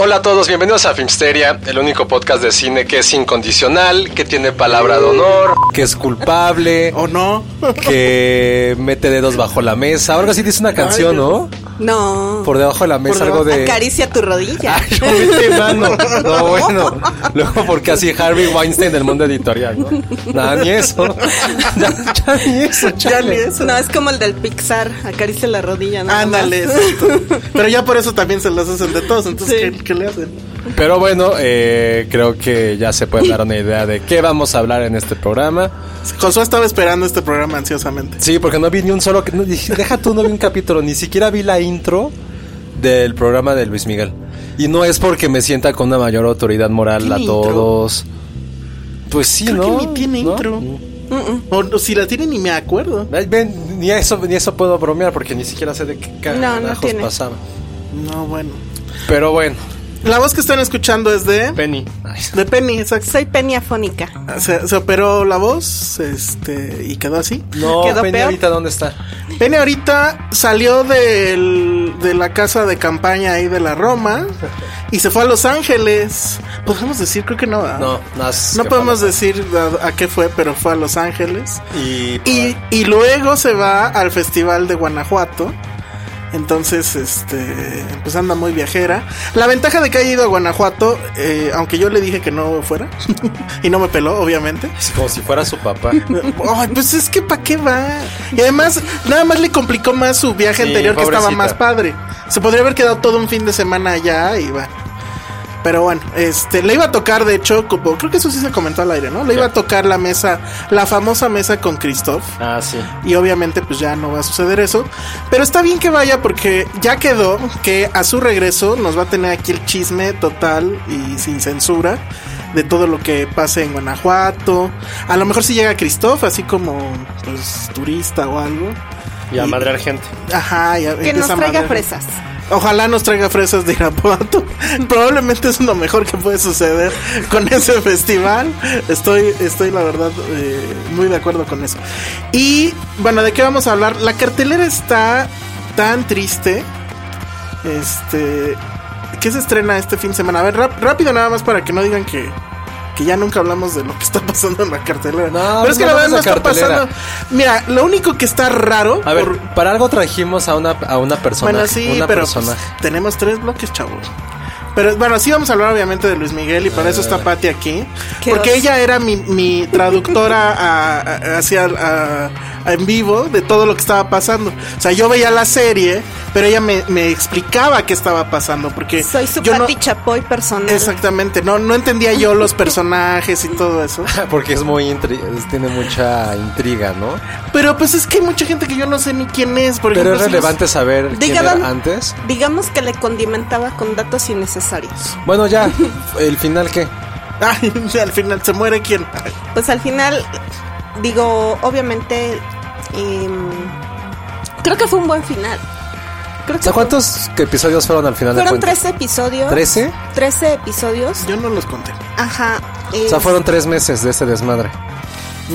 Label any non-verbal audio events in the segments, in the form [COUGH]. Hola a todos, bienvenidos a Filmsteria, el único podcast de cine que es incondicional, que tiene palabra de honor, que es culpable, ¿O no? que mete dedos bajo la mesa. Ahora sí dice una canción, ¿no? No. Ah, Por debajo de la mesa, algo de. Acaricia tu rodilla. [LAUGHS] Yo metí mano. No, bueno. Luego, porque así Harvey Weinstein del mundo editorial, ¿no? Nada, ni eso. [LAUGHS] Ya, ya ni eso, Ya chale. le- No, es como el del Pixar. Acaricia la rodilla. nada más. Ándale, exacto. Pero ya por eso también se las hacen de todos, entonces Sí. ¿qué, qué le hacen? Pero bueno, eh, creo que ya se pueden dar una idea de qué vamos a hablar en este programa. Josué estaba esperando este programa ansiosamente. Sí, porque no vi ni un solo. no, dije, deja tú, no vi un capítulo. Ni siquiera vi la intro del programa de Luis Miguel. Y no es porque me sienta con una mayor autoridad moral ¿Tiene a intro? todos. Pues sí, Creo ¿no? que ni tiene ¿No? intro. O no, si la tiene ni me acuerdo. Ay, ven, ni eso, ni eso puedo bromear porque ni siquiera sé de qué No, no carajos tiene. pasaba. No, bueno. Pero bueno, La voz que están escuchando es de... Penny. De Penny, exacto. [LAUGHS] Soy Penny afónica. Se, se operó la voz este, y quedó así. No, ¿Quedó Penny, peor? ahorita dónde está. Penny ahorita salió del- de la casa de campaña ahí de la Roma y se fue a Los Ángeles. ¿Podemos decir? Creo que no. ¿verdad? No, no, es Ah. No que podemos fue- decir a- a qué fue, pero fue a Los Ángeles. Y, Y, y luego se va al Festival de Guanajuato. Entonces, este, pues anda muy viajera. La ventaja de que haya ido a Guanajuato, eh, aunque yo le dije que no fuera, [LAUGHS] y no me peló, obviamente. es como si fuera su papá. [LAUGHS] Ay, pues es que para qué va. Y además, nada más le complicó más su viaje Sí, anterior, que estaba pobrecita. más padre. Se podría haber quedado todo un fin de semana allá y va. Pero bueno, este, le iba a tocar, de hecho, como- creo que eso sí se comentó al aire, ¿no? Le iba a tocar la mesa, la famosa mesa con Christoph. Ah, sí. Y obviamente pues ya no va a suceder eso. Pero está bien que vaya porque ya quedó que a su regreso nos va a tener aquí el chisme total y sin censura de todo lo que pase en Guanajuato. A lo mejor si llega Christoph así como pues turista o algo. Y a madrear gente. Ajá, y a- Que nos empieza a traiga madrear. fresas. Ojalá nos traiga fresas de Irapuato. [LAUGHS] Probablemente es lo mejor que puede suceder con ese festival. Estoy, estoy la verdad eh, muy de acuerdo con eso. Y bueno, ¿de qué vamos a hablar? La cartelera está tan triste. Este. ¿Qué se estrena este fin de semana? A ver, ráp- rápido nada más para que no digan que. Que ya nunca hablamos de lo que está pasando en la cartelera. No, Pero es que no la verdad no hablamos de está cartelera. pasando. Mira, lo único que está raro. A ver, por- para algo trajimos a una, a una persona. bueno, sí, una pero persona. pues, tenemos tres bloques, chavos. Pero bueno, sí vamos a hablar obviamente de Luis Miguel y para eso Eh. está Patti aquí. Qué Porque oso. ella era mi, mi traductora a- a- hacia a- a- en vivo de todo lo que estaba pasando. O sea, yo veía la serie, pero ella me, me explicaba qué estaba pasando. Eh, Porque Soy su yo no- Pati Chapoy personal. Exactamente, no, no entendía yo los personajes y todo eso. [LAUGHS] Porque es muy intri- es- tiene mucha intriga, ¿no? Pero pues es que hay mucha gente que yo no sé ni quién es. Por Pero ejemplo, es si los- relevante saber quién Diga, era don- antes. Digamos que le condimentaba con datos innecesarios. Bueno, [LAUGHS] ya, el final qué? [LAUGHS] Ay, al final se muere quién. Ay. Pues al final, digo, obviamente, em, creo que fue un buen final. Creo O que sea, fue- ¿cuántos episodios fueron al final Fueron de cuentas? 13 episodios. ¿Trece? 13 episodios. Yo no los conté. Ajá. O sea, es- fueron tres meses de este desmadre.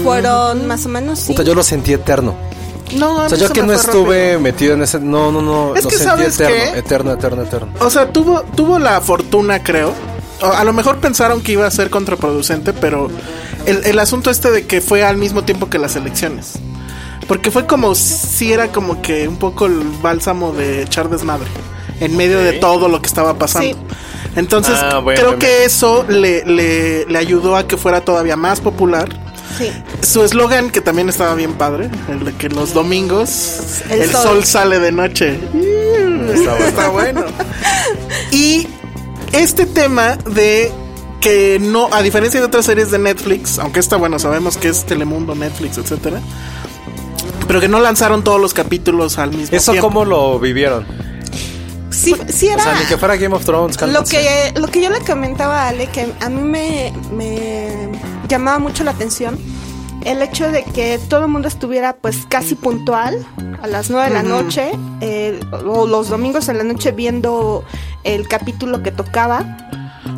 Fueron más o menos, sí. Puta, yo lo sentí eterno. No, a O sea, mí yo se que no me fue estuve rápido. metido en ese. No, no, no. Es lo que sentí ¿sabes eterno, qué? eterno, eterno, eterno. O sea, tuvo, tuvo la fortuna, creo. O A lo mejor pensaron que iba a ser contraproducente, pero el, el asunto este de que fue al mismo tiempo que las elecciones. Porque fue como si era como que un poco el bálsamo de echar desmadre en medio de todo lo que estaba pasando. Sí. Entonces, Ah, bueno, creo bueno. que eso le, le, le ayudó a que fuera todavía más popular. Sí. Su eslogan, que también estaba bien padre, el de que los domingos el, El sol. sol. sale de noche. Está bueno. Y este tema de que no, a diferencia de otras series de Netflix, aunque esta, bueno, sabemos que es Telemundo, Netflix, etcétera, pero que no lanzaron todos los capítulos al mismo ¿Eso tiempo. cómo lo vivieron? Sí, sí O era. sea, ni que fuera Game of Thrones. Lo cálmense. que, lo que yo le comentaba a Ale, que a mí me, me llamaba mucho la atención, el hecho de que todo el mundo estuviera pues casi puntual a las 9 de la noche, eh, o los domingos en la noche viendo el capítulo que tocaba.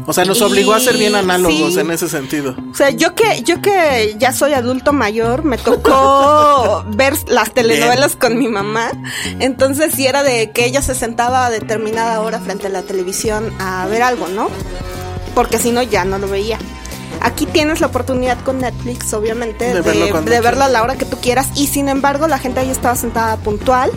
O sea, nos obligó a ser bien Y- análogos sí. en ese sentido. O sea, yo que, yo que ya soy adulto mayor, me tocó [LAUGHS] ver las telenovelas con mi mamá. Mm. Entonces sí era de que ella se sentaba a determinada hora frente a la televisión a ver algo, ¿no? porque si no ya no lo veía. Aquí tienes la oportunidad con Netflix, obviamente, De de, verlo cuando de verlo a la hora que tú quieras. Y sin embargo, la gente ahí estaba sentada puntual,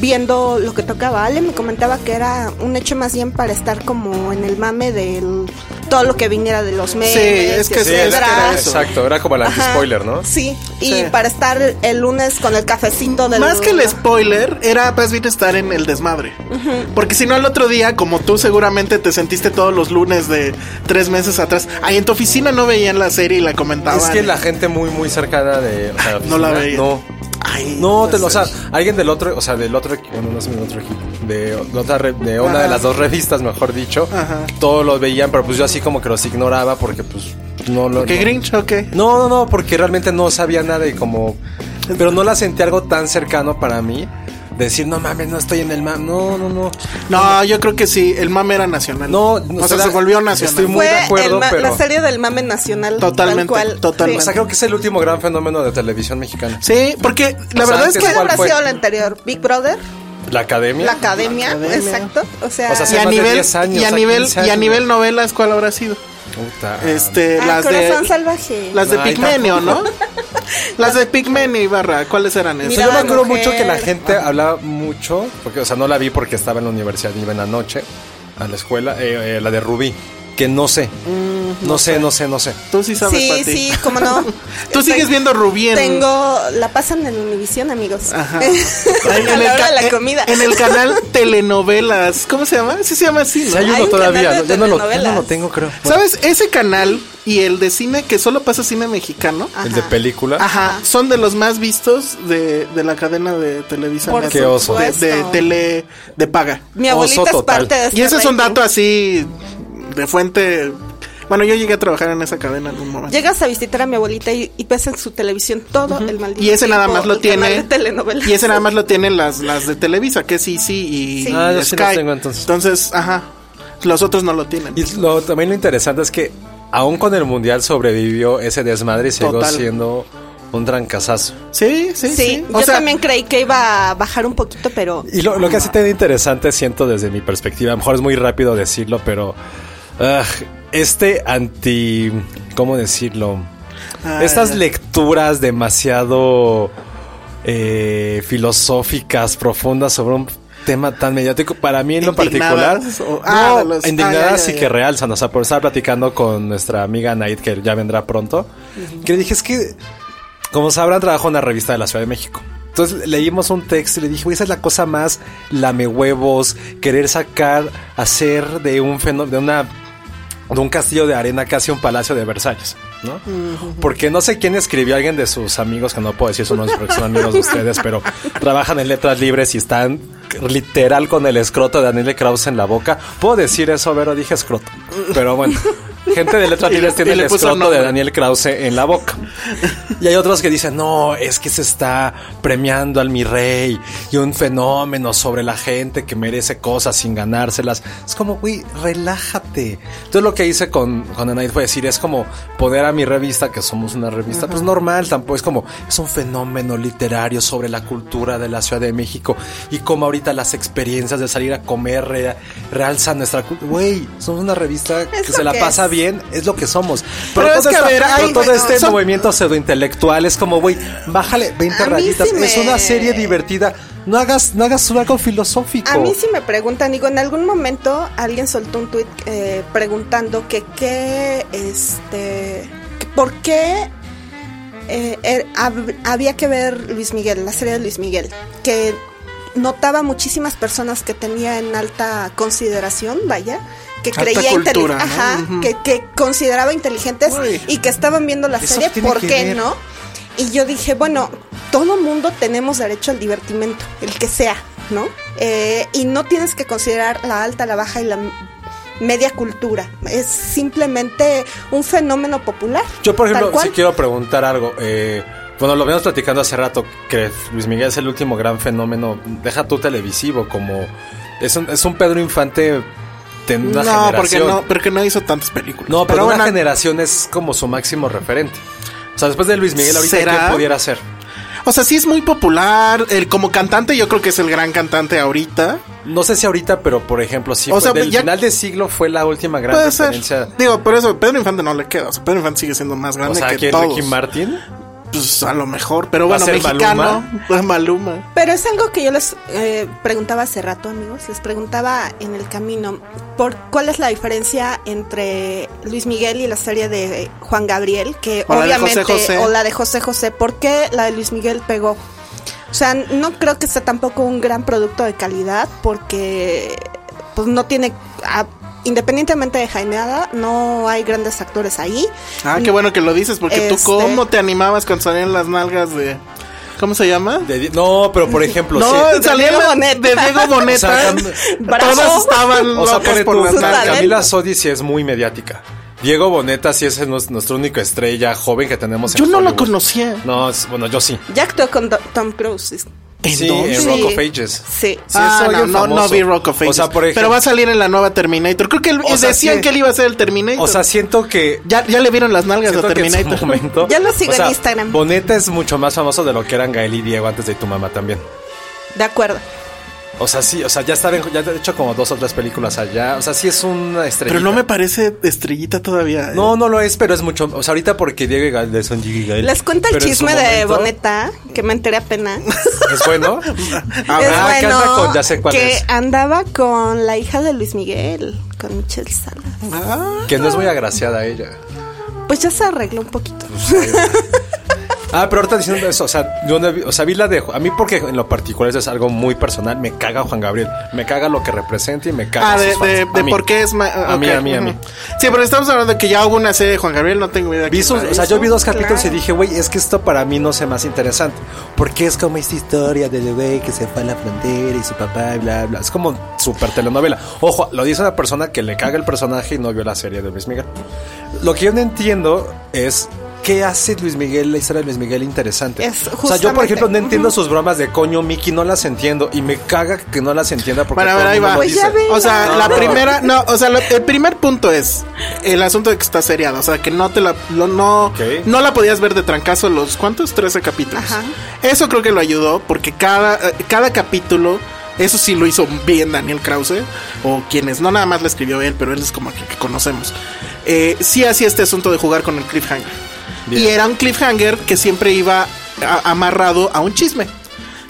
viendo lo que tocaba. Ale me comentaba que era un hecho más bien para estar como en el mame del todo lo que viniera de los memes. es que Sí, es que era era- eso. exacto, era como el Ajá. anti-spoiler, ¿no? Sí, y Sí. para estar el lunes con el cafecito del... Más que el spoiler, era más bien estar en el desmadre. Porque si no, al otro día, como tú seguramente te sentiste todos los lunes de tres meses atrás, ahí en tu oficina no veían la serie y la comentaban. Es que la gente muy, muy cercana de. o sea, [LAUGHS] No la oficina, veía. No. Ay, No, te lo, o pues, sea, alguien del otro, o sea, del otro, equi- bueno, no sé, del otro equipo, de, de otra re- de una de Ajá. las dos revistas, mejor dicho, Ajá. todos los veían, pero pues yo así como que los ignoraba porque pues no lo... ¿Qué no- Grinch o qué? No, no, no, porque realmente no sabía nada y como... Pero no la sentí algo tan cercano para mí, decir, no mames, no estoy en el mame, no, no, no. No, yo creo que sí, el mame era nacional. No, o sea, será- se volvió nacional. estoy muy Fue de acuerdo, el ma- pero- la serie del mame nacional. Totalmente, Tal cual. totalmente. O sea, Sí. creo que es el último gran fenómeno de televisión mexicana. Sí, porque la O sea, verdad es antes que ¿Cuál habrá fue? sido la anterior? ¿Big Brother? La academia. La academia, academia. exacto. O sea, O sea, y hace a más de nivel 10 años, y a a nivel 15 y a años. nivel novelas cuál habrá sido? Puta. Este, Ah, las Corazón de Salvaje. las de Ay, Pigmenio, ¿no? las de Pigmenio y Barra, ¿cuáles eran esas? O sea, yo me Mirada acuerdo mujer. mucho que la gente hablaba mucho, porque, o sea, no la vi porque estaba en la universidad, iba en la noche a la escuela, eh, eh, la de Rubí, que no sé, no sé, no sé, no sé. Tú sí sabes, Sí, Pati. sí, cómo no. [LAUGHS] Tú sigues Ten- viendo Rubí en Tengo. La pasan en Univisión, amigos. [LAUGHS] Ajá. a la hora ca- de la en- comida. En el canal [LAUGHS] Telenovelas. ¿Cómo se llama? Sí se llama así, ¿no? Sí, hay uno Hay un todavía, canal ¿no? de yo, no lo, yo no lo telenovelas. tengo, creo. Bueno, ¿Sabes? Ese canal y el de cine que solo pasa cine mexicano. Ah. El de película. Ajá, son de los más vistos de, de la cadena de Televisa. Por Network, Qué oso. De, de supuesto. tele de paga. Mi abuelita Oso es total. parte de Y ese es un rating. dato así de fuente. Bueno, yo llegué a trabajar en esa cadena en algún momento. Llegas a visitar a mi abuelita y, y ves en su televisión todo el maldito. y ese nada tiempo más lo el canal tiene. de telenovelas. Y ese [LAUGHS] nada más lo tienen las, las de Televisa, que sí, sí y Sí. Ah, yo sí Sky. los tengo, entonces. ajá. Los otros no lo tienen. Y lo, también lo interesante es que, aún con el mundial sobrevivió ese desmadre y siguió Total. siendo un trancazazo. Sí, sí, sí. Sí, yo también creí que iba a bajar un poquito, pero. Y lo, lo que así tiene interesante, siento desde mi perspectiva, a lo mejor es muy rápido decirlo, pero ugh, este anti... ¿Cómo decirlo? Ah, Estas ya. lecturas demasiado eh, filosóficas, profundas sobre un tema tan mediático, para mí en lo particular, Indignadas o- ah, no, de los- ah, indignadas ya, ya, y ya. que realzan. O sea, por estar platicando con nuestra amiga Night, que ya vendrá pronto, que le dije, es que como sabrán, trabajo en una revista de la Ciudad de México. Entonces leímos un texto y le dije, güey, esa es la cosa más lamehuevos, querer sacar, hacer de un fenómeno, de una de un castillo de arena casi un palacio de Versalles, ¿no? Porque no sé quién escribió, alguien de sus amigos, que no puedo decir sus nombres porque son amigos de ustedes, pero trabajan en letras libres y están literal con el escroto de Daniel Krause en la boca. Puedo decir eso, Vero, dije escroto, pero bueno. gente de letra [LAUGHS] Y libre le- tiene y el le puso escroto nombre. de Daniel Krause en la boca. [LAUGHS] Y hay otros que dicen, no, es que se está premiando al mi rey y un fenómeno sobre la gente que merece cosas sin ganárselas. Es como, güey, relájate. Entonces lo que hice con, con Anaid fue decir, es como poder a mi revista, que somos una revista, pues normal, tampoco es como, es un fenómeno literario sobre la cultura de la Ciudad de México y cómo ahorita las experiencias de salir a comer re- realzan nuestra cultura. Güey, somos una revista que lo se la que pasa es. bien, es lo que somos. Pero es todo que, a esta- ver, hay- pero todo bueno, este son- movimiento pseudointelectual es como, güey, bájale 20 A mí rayitas. sí me- Es una serie divertida. No hagas, no hagas algo filosófico. A mí sí me preguntan, digo, en algún momento alguien soltó un tuit eh, preguntando que qué, este, que por qué eh, er- hab- había que ver Luis Miguel, la serie de Luis Miguel, que notaba muchísimas personas que tenía en alta consideración, vaya, que Alta creía inteli- cultura, ¿no? ajá, Ujú. que, que consideraba inteligentes Uy. y que estaban viendo la Eso serie, tiene ¿por que qué ver. no? Y yo dije, bueno, todo mundo tenemos derecho al divertimento, el que sea, ¿no? Eh, y no tienes que considerar la alta, la baja y la m- media cultura. Es simplemente un fenómeno popular. Yo, por Tal ejemplo, cual. sí quiero preguntar algo. eh, bueno, lo venimos platicando hace rato, que Luis Miguel es el último gran fenómeno, deja tú televisivo, como... Es un, es un Pedro Infante de una no, generación. porque no, porque no hizo tantas películas. No, pero, una bueno, generación es como su máximo referente. O sea, después de Luis Miguel, ahorita, ¿Será? ¿quién pudiera ser? O sea, sí es muy popular. El, como cantante, yo creo que es el gran cantante ahorita. No sé si ahorita, pero por ejemplo, sí. O fue sea, del ya- final de siglo fue la última gran Puede ser. referencia. Digo, por eso Pedro Infante no le queda. O sea, Pedro Infante sigue siendo más grande O sea, que que todos. Ricky Martin. Pues a lo mejor, pero ¿Va a bueno, ser mexicano. [LAUGHS] Maluma. Maluma. Pero es algo que yo les eh, preguntaba hace rato, amigos. Les preguntaba en el camino por cuál es la diferencia entre Luis Miguel y la serie de Juan Gabriel, que O la de obviamente José José. o la de José José. ¿Por qué la de Luis Miguel pegó? O sea, no creo que sea tampoco un gran producto de calidad porque pues no tiene a- independientemente de Jaimeada, no hay grandes actores ahí. Ah, qué bueno que lo dices, porque tú Mm. Este- cómo te animabas cuando salían las nalgas de. ¿Cómo se llama? de- no, pero por ejemplo, sí. no, salían Diego las- Boneta. de Diego Boneta. O sea, cam- todas Bravo. estaban O sea, locas pone por tú, las sus nalgas. talentos. Camila Sodi sí es muy mediática. Diego Boneta sí es nues- nuestra única estrella joven que tenemos en Yo no lo Hollywood. conocía. No, es- bueno, yo sí. Ya actuó con Do- Tom Cruise. es- Sí, Entonces- en Rock of Sí. Ages. Sí. Sí, es ah, no, alguien no, no famoso. vi Rock of Ages. O sea, por ejemplo, pero va a salir en la nueva Terminator. Creo que él- O sea, decían sí. que él iba a ser el Terminator. o sea, siento que ya, ya le vieron las nalgas a Siento que en su Terminator. momento- [LAUGHS] Ya lo sigo en Instagram. Boneta es mucho más famoso de lo que eran Gael y Diego antes de tu mamá también. De acuerdo. O sea, sí, o sea, ya estaban, ya han hecho como dos o tres películas allá. O sea, sí es una estrella. Pero no me parece estrellita todavía. eh. No, no lo es, pero es mucho. O sea, ahorita porque Diego y Gael de son Diego y Gael. Les cuento el Eh, Pero en su chisme de momento- Boneta, que me [LAUGHS] enteré apenas. Es bueno. Ah, [LAUGHS] Es ah, que bueno anda con- ya sé cuál que es. andaba con la hija de Luis Miguel, con Michelle Salas. ah. Que no es muy agraciada ella. Pues ya se arregló un poquito. [LAUGHS] Ah, pero ahorita diciendo eso, o sea, yo no vi, o sea, vi la de. A mí, porque en lo particular eso es algo muy personal, me caga Juan Gabriel. Me caga lo que representa y me caga. Ah, sus de, fans. de, A de mí. por qué es ma- A mí, ok, a mí, a mí. ujú. Sí, pero estamos hablando de que ya hubo una serie de Juan Gabriel, no tengo idea. Vi quién sus- la o sea, hizo. yo vi dos capítulos claro. y dije, güey, es que esto para mí no se me hace interesante. Porque es como esta historia del güey que se fue a la frontera y su papá y bla, bla. Es como super telenovela. Ojo, lo dice una persona que le caga el personaje y no vio la serie de Luis Miguel. Lo que yo no entiendo es qué hace Luis Miguel, la historia de Luis Miguel interesante. Es o sea, yo, por justamente, ejemplo, no ujú. entiendo sus bromas de coño, Mickey, no las entiendo. Y me caga que no las entienda porque Bueno, a todo ver, el ahí mundo va. lo Pues ya dice. ve. O sea, No, [LAUGHS] la no. primera, no, o sea, lo- el primer punto es el asunto de que está seriada, o sea, que no te la, lo- no, Ok. no la podías ver de trancazo los, ¿cuántos? 13 capítulos. Ajá. Eso creo que lo ayudó porque cada, eh, cada capítulo, eso sí lo hizo bien Daniel Krause, o quienes, no nada más le escribió él, pero él es como el que, que conocemos. Eh, sí hacía este asunto de jugar con el cliffhanger. Bien. Y era un cliffhanger que siempre iba a- amarrado a un chisme.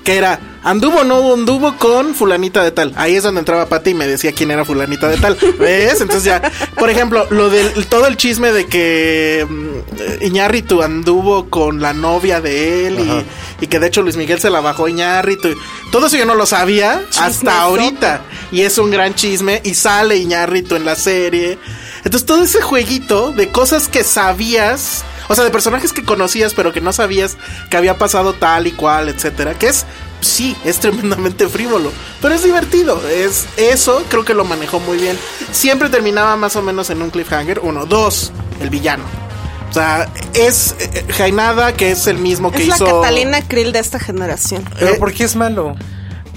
Que era, anduvo o no anduvo con fulanita de tal. Ahí es donde entraba Pati y me decía quién era fulanita [LAUGHS] de tal. ¿Ves? Entonces ya, por ejemplo, lo del todo el chisme de que mm, Iñárritu anduvo con la novia de él Ajá. y, y que de hecho Luis Miguel se la bajó a Iñárritu. Todo eso yo no lo sabía hasta Chismesote. ahorita. Y es un gran chisme y sale Iñárritu en la serie. Entonces todo ese jueguito de cosas que sabías, o sea, de personajes que conocías pero que no sabías que había pasado tal y cual, etcétera, que es sí, es tremendamente frívolo, pero es divertido. Es eso, creo que lo manejó muy bien. Siempre terminaba más o menos en un cliffhanger. Uno, dos, el villano. O sea, es eh, Jainada, que es el mismo que Es la hizo. Catalina Krill de esta generación. Pero Eh, ¿por qué es malo?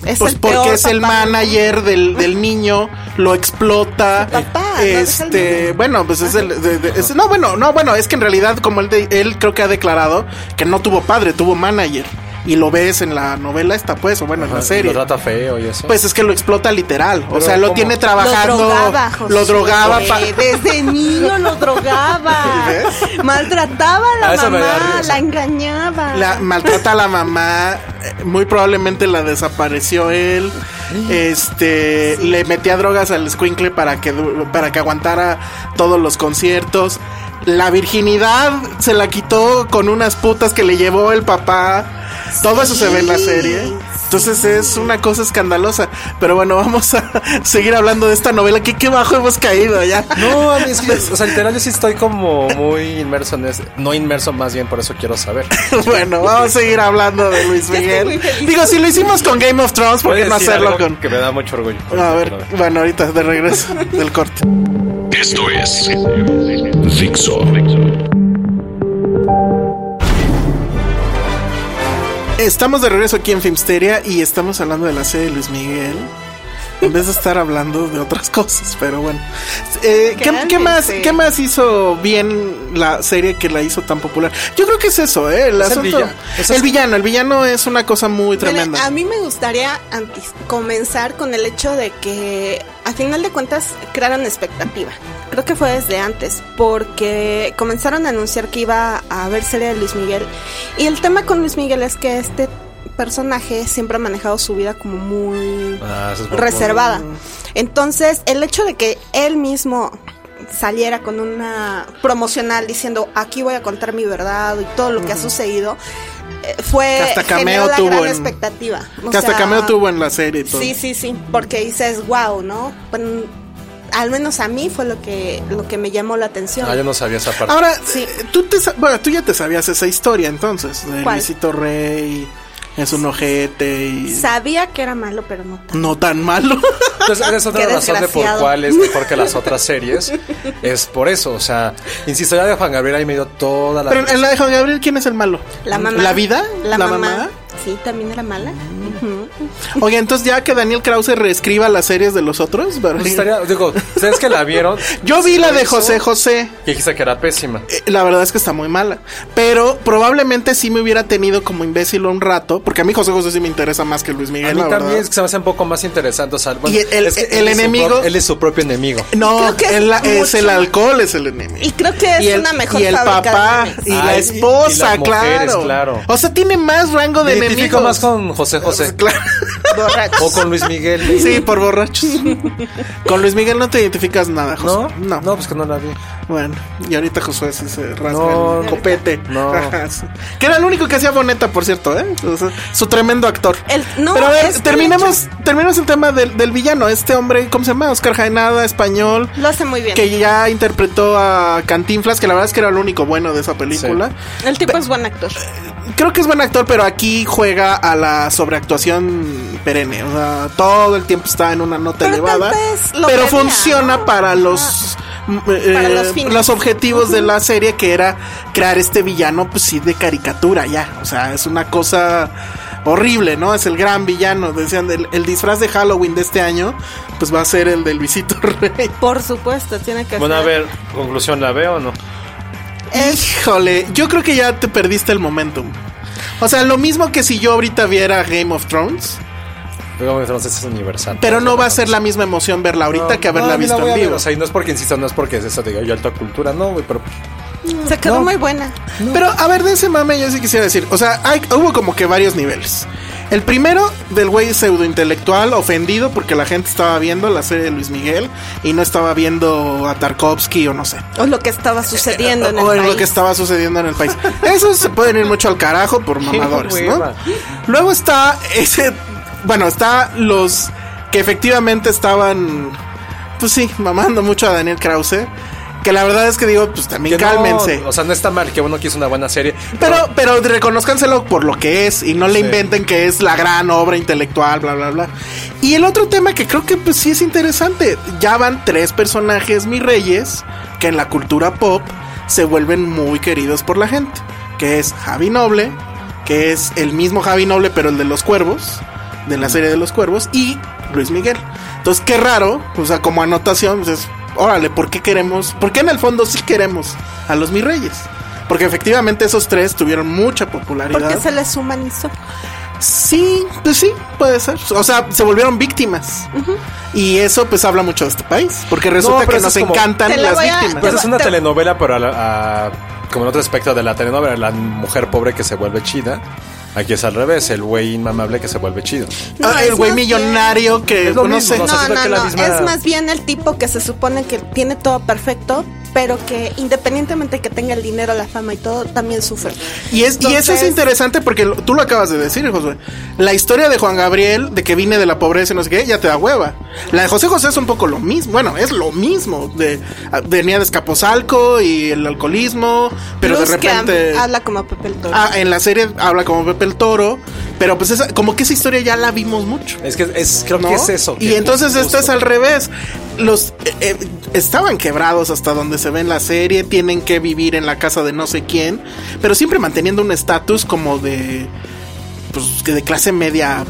Es pues el porque peor es el papá. manager del, del niño, lo explota. Su papá, no, es el este, niño. bueno, pues es el de- de- es- no, bueno, no, bueno, es que en realidad como él de- él creo que ha declarado que no tuvo padre, tuvo manager y lo ves en la novela esta pues o bueno, en la serie. Lo trata feo y eso. Pues es que lo explota literal, o Pero sea, lo ¿cómo? tiene trabajando, Lo drogaba, Josué. lo drogaba pa- Eh, Desde niño [LAUGHS] lo drogaba. Maltrataba a la Ah, eso me da mamá, risa. la engañaba. La maltrata a la mamá, eh, muy probablemente la desapareció él. Este le metía drogas al squinkle para que du- para que aguantara todos los conciertos. La virginidad se la quitó con unas putas que le llevó el papá. Todo eso se ve en la Sí, serie. Entonces es una cosa escandalosa. Pero bueno, vamos a [LAUGHS] seguir hablando de esta novela. Que qué bajo hemos caído ya. [LAUGHS] No, a mí es que, o sea, literal yo sí estoy como muy inmerso en eso. No inmerso más bien, por eso quiero [LAUGHS] saber. bueno, vamos a seguir hablando de Luis estoy muy Miguel. feliz. Digo, si lo hicimos con Game of Thrones, ¿por qué Puedes no decir hacerlo algo con Que me da mucho orgullo. A ver, bueno, ahorita [LAUGHS] de regreso del corte. Esto es Dixo. Estamos de regreso aquí en Filmsteria y estamos hablando de la serie de Luis Miguel. En vez de estar hablando de otras cosas, pero bueno. Eh, ¿qué, Cálmense. qué más, ¿Qué más hizo bien la serie que la hizo tan popular? Yo creo que es eso, ¿eh? El, Es el asunto- villano. Eso el es- villano. El villano es una cosa muy Mire, tremenda. a mí me gustaría antes comenzar con el hecho de que a final de cuentas crearon expectativa. Creo que fue desde antes, porque comenzaron a anunciar que iba a haber serie de Luis Miguel. Y el tema con Luis Miguel es que este personaje siempre ha manejado su vida como muy Ah, eso es muy- reservada. Entonces, el hecho de que él mismo saliera con una promocional diciendo aquí voy a contar mi verdad y todo lo que ha sucedido eh, fue Que hasta cameo generó la tuvo gran en- expectativa. O que hasta sea, cameo tuvo en la serie y todo. Sí, sí, sí, porque dices wow, ¿no? Bueno, al menos a mí fue lo que lo que me llamó la atención. Ah, yo no sabía esa [LAUGHS] parte. Ahora, Sí. eh, tú, te, sa- bueno, tú ya te sabías esa historia entonces. De ¿Cuál? Luisito Rey, es un ojete y... Sabía que era malo, pero no tanto. no tan malo. [LAUGHS] Entonces, esa es otra Qué razón de por desgraciado. cuál es mejor que las otras series. Es por eso, o sea, insisto, ya de Juan Gabriel ahí me dio toda la. Pero en la de Juan Gabriel, ¿quién es el malo? La mamá. Mm, ¿La Mm. vida? La, mamá. Sí, también era mala. Ujú. Oye, entonces ya que Daniel Krause reescriba las series de los otros. pero- Pues estaría- digo, ¿ustedes que la vieron? [LAUGHS] Yo vi la de Eso, José José. Y dijiste que era pésima. Eh, La verdad es que está muy mala. Pero probablemente sí me hubiera tenido como imbécil un rato. Porque a mí José José sí me interesa más que Luis Miguel, A mí la también verdad. es que se me hace un poco más interesante. O sea, bueno, Y el- es que el él es su enemigo- pro- él es su propio enemigo. No, Creo que es es, la- es mucho el más- alcohol, es el enemigo. Y creo que es Y el, una mejor y el fábrica de papá memes. y la Ay, y- y esposa, las mujeres, claro. claro. O sea, tiene más rango de Me identifico enemigos. más con José José. [LAUGHS] Claro. O con Luis Miguel. Sí, [LAUGHS] por borrachos. Con Luis Miguel no te identificas nada, ¿No? Josué. No, no, pues que no la vi. Bueno, y ahorita Josué sí se rasga No, el copete. no. Ajá, sí. que era el único que hacía Boneta, por cierto, ¿eh? O sea, su tremendo actor. El- no, Pero a ver, es que terminemos, terminemos el tema del, del villano. Este hombre, ¿cómo se llama? Oscar Jaenada, español. Lo hace muy bien. Que ya interpretó a Cantinflas, que la verdad es que era el único bueno de esa película. El tipo es buen actor. Creo que es buen actor, pero aquí juega a la sobreactuación perenne. O sea, todo el tiempo está en una nota Pero elevada. tal vez lo pero premia, funciona ¿no? para los. m- eh, los fines. objetivos de la serie que era crear este villano pues sí de caricatura ya o sea es una cosa horrible no es el gran villano decían el, el disfraz de Halloween de este año pues va a ser el de Luisito [LAUGHS] Rey Por supuesto, tiene que Bueno, a ser. ver, conclusión, ¿la veo o no? Híjole, yo creo que ya te perdiste el momentum. O sea, lo mismo que si yo ahorita viera Game of Thrones, Luego entonces es universal. pero no va a ser la misma emoción verla ahorita que haberla No, yo la visto voy a en ver, vivo. O sea, y no es porque insisto, no es porque es eso, digo, yo alta cultura, no, güey, pero Se quedó No. muy buena. Pero a ver, de ese mame yo sí quisiera decir, o sea, hay- hubo como que varios niveles. El primero del güey pseudo intelectual ofendido porque la gente estaba viendo la serie de Luis Miguel y no estaba viendo a Tarkovsky o no sé. O lo que estaba sucediendo en el o en país. lo que estaba sucediendo en el país. Esos se pueden ir mucho al carajo por mamadores, ¿no? hueva. Luego está ese, bueno, está los que efectivamente estaban, pues sí, mamando mucho a Daniel Krause. Que la verdad es que digo, pues también Que no, cálmense. o sea, no está mal que uno quiso una buena serie. Pero, pero reconozcanselo por lo que es y no Sí. le inventen que es la gran obra intelectual, bla, bla, bla. Y el otro tema que creo que pues sí es interesante, ya van tres personajes, mis reyes, que en la cultura pop se vuelven muy queridos por la gente, que es Javi Noble, que es el mismo Javi Noble, pero el de los cuervos, de la serie de los cuervos, y Luis Miguel. Entonces, qué raro, o sea, como anotación, pues es, órale, ¿por qué queremos? ¿Por qué en el fondo sí queremos a los mis reyes? Porque efectivamente esos tres tuvieron mucha popularidad. Porque se les humanizó. Ah, Sí, pues sí, puede ser. O sea, se volvieron víctimas. Y eso pues habla mucho de este país. Porque resulta pero que eso nos es como- encantan Te la las voy a- víctimas. Pues es una Te- telenovela, pero a la- a- como en otro aspecto de la telenovela, la mujer pobre que se vuelve chida. Aquí es al revés, el güey inmamable que se vuelve chido. Ah, el es güey más bien- millonario que Es lo no mismo, sé. o sea, No, siento no, que la no. misma- Es más bien el tipo que se supone que tiene todo perfecto, pero que independientemente que tenga el dinero, la fama y todo, también sufre. Y, es, y eso es Entonces- interesante porque lo- tú lo acabas de decir, Josué. La historia de Juan Gabriel, de que vine de la pobreza y no sé qué, ya te da hueva. La de José José es un poco lo mismo. Bueno, es lo mismo. De, a- venía de Escapozalco y el alcoholismo, pero Plus de que repente... hab- habla como Pepe el Toro. Ah, en la serie habla como Pepe el Toro, pero pues esa, como que esa historia ya la vimos mucho. Es que es, creo ¿no? que es eso. Y que entonces justo- esto es al revés. Los eh, eh, estaban quebrados hasta donde se ve en la serie, tienen que vivir en la casa de no sé quién, pero siempre manteniendo un estatus como de pues que de clase media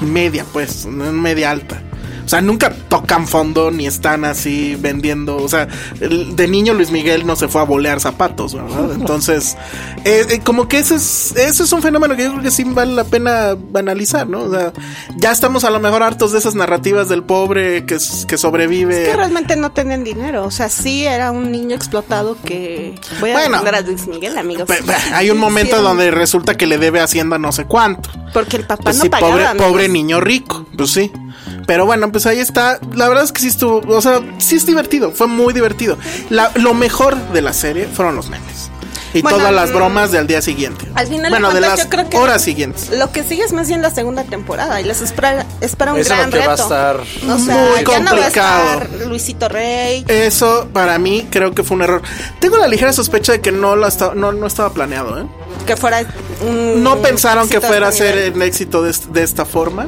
media, pues, no media alta. O sea, nunca tocan fondo ni están así vendiendo. O sea, el- de niño Luis Miguel no se fue a bolear zapatos, [LAUGHS] ¿verdad? Entonces, eh, eh, como que ese es, ese es un fenómeno que yo creo que sí vale la pena analizar, ¿no? O sea, ya estamos a lo mejor hartos de esas narrativas del pobre que, s- que sobrevive. que realmente no tenían dinero, o sea, sí era un niño explotado que voy a Bueno. defender a Luis Miguel, amigos. Pe- pe- hay un momento Sí, donde resulta que le debe a Hacienda no sé cuánto. porque el papá Pues no sí, pagaba. pobre, amigos. pobre niño rico, pues sí. Pero bueno, pues ahí está. La verdad es que sí estuvo, o sea, sí es divertido, fue muy divertido. La- lo mejor de la serie fueron los memes. Y Bueno, todas las mm, bromas del día siguiente. Al final bueno, de de cuentas, las yo creo que horas siguientes. Lo que sigue es más bien la segunda temporada y les espera, espera un Eso es gran lo que reto. va a estar O sea, muy ya no va a complicado. estar Luisito Rey. Eso para mí creo que fue un error. Tengo la ligera sospecha de que no, lo esta- no, no estaba planeado. ¿eh? que fuera un No pensaron que exitoso fuera a ser nivel. el éxito de, est- de esta forma.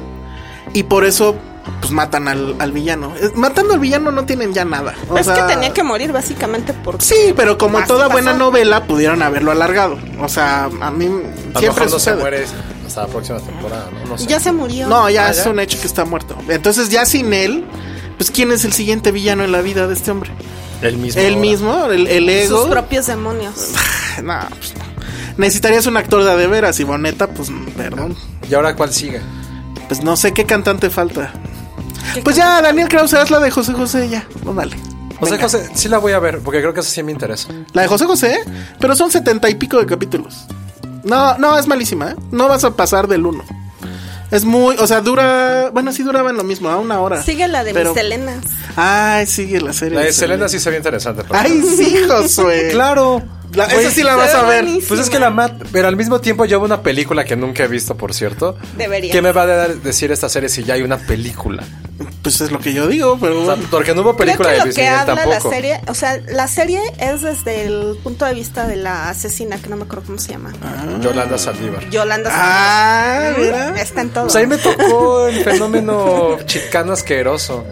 Y por eso pues matan al, al villano. Eh, Matando al villano no tienen ya nada. O Pero es sea, que tenía que morir básicamente porque Sí, pero como Así toda pasó. buena novela pudieron haberlo alargado. O sea, a mí A lo siempre mejor no se sucede. muere hasta la próxima temporada, ¿no? No sé. ya se murió. No, ya Ah, es ya. un hecho que está muerto. Entonces ya sin él, pues quién es el siguiente villano en la vida de este hombre? El mismo. Él ahora. mismo, el, el ego. sus [LAUGHS] propios demonios. [SIGHS] No, pues, no. Necesitarías un actor de a de veras y Boneta, pues perdón. ¿Y ahora cuál sigue? Pues no sé qué cantante falta. ¿Qué Pues ya, Daniel Krause es la de José José, ya, no vale. O sea, Venga. José, sí la voy a ver, porque creo que eso sí me interesa. La de José José, pero son setenta y pico de capítulos. No, no, es malísima, ¿eh? No vas a pasar del uno. Es muy, o sea, dura, bueno, sí duraban lo mismo, a una hora. Sigue la de Pero- mis Helenas. Ay, sigue la serie. La de Selena sí se ve interesante. pero- Ay, sí, [LAUGHS] Josué. Claro. La- esa Güey, sí la se vas ve a ver. buenísima. Pues es que la mat, pero al mismo tiempo llevo una película que nunca he visto, por cierto. Debería. ¿Qué me va a dar- decir esta serie si ya hay una película? Pues es lo que yo digo, pero O sea, bueno. porque no hubo Creo película que de lo Luis que Miguel habla tampoco. la serie, o sea, la serie es desde el punto de vista de la asesina que no me acuerdo cómo se llama. Yolanda Saldívar. Yolanda. Ah, Saldívar. mira. Está en todo. Pues ahí me tocó el [LAUGHS] fenómeno chicano asqueroso.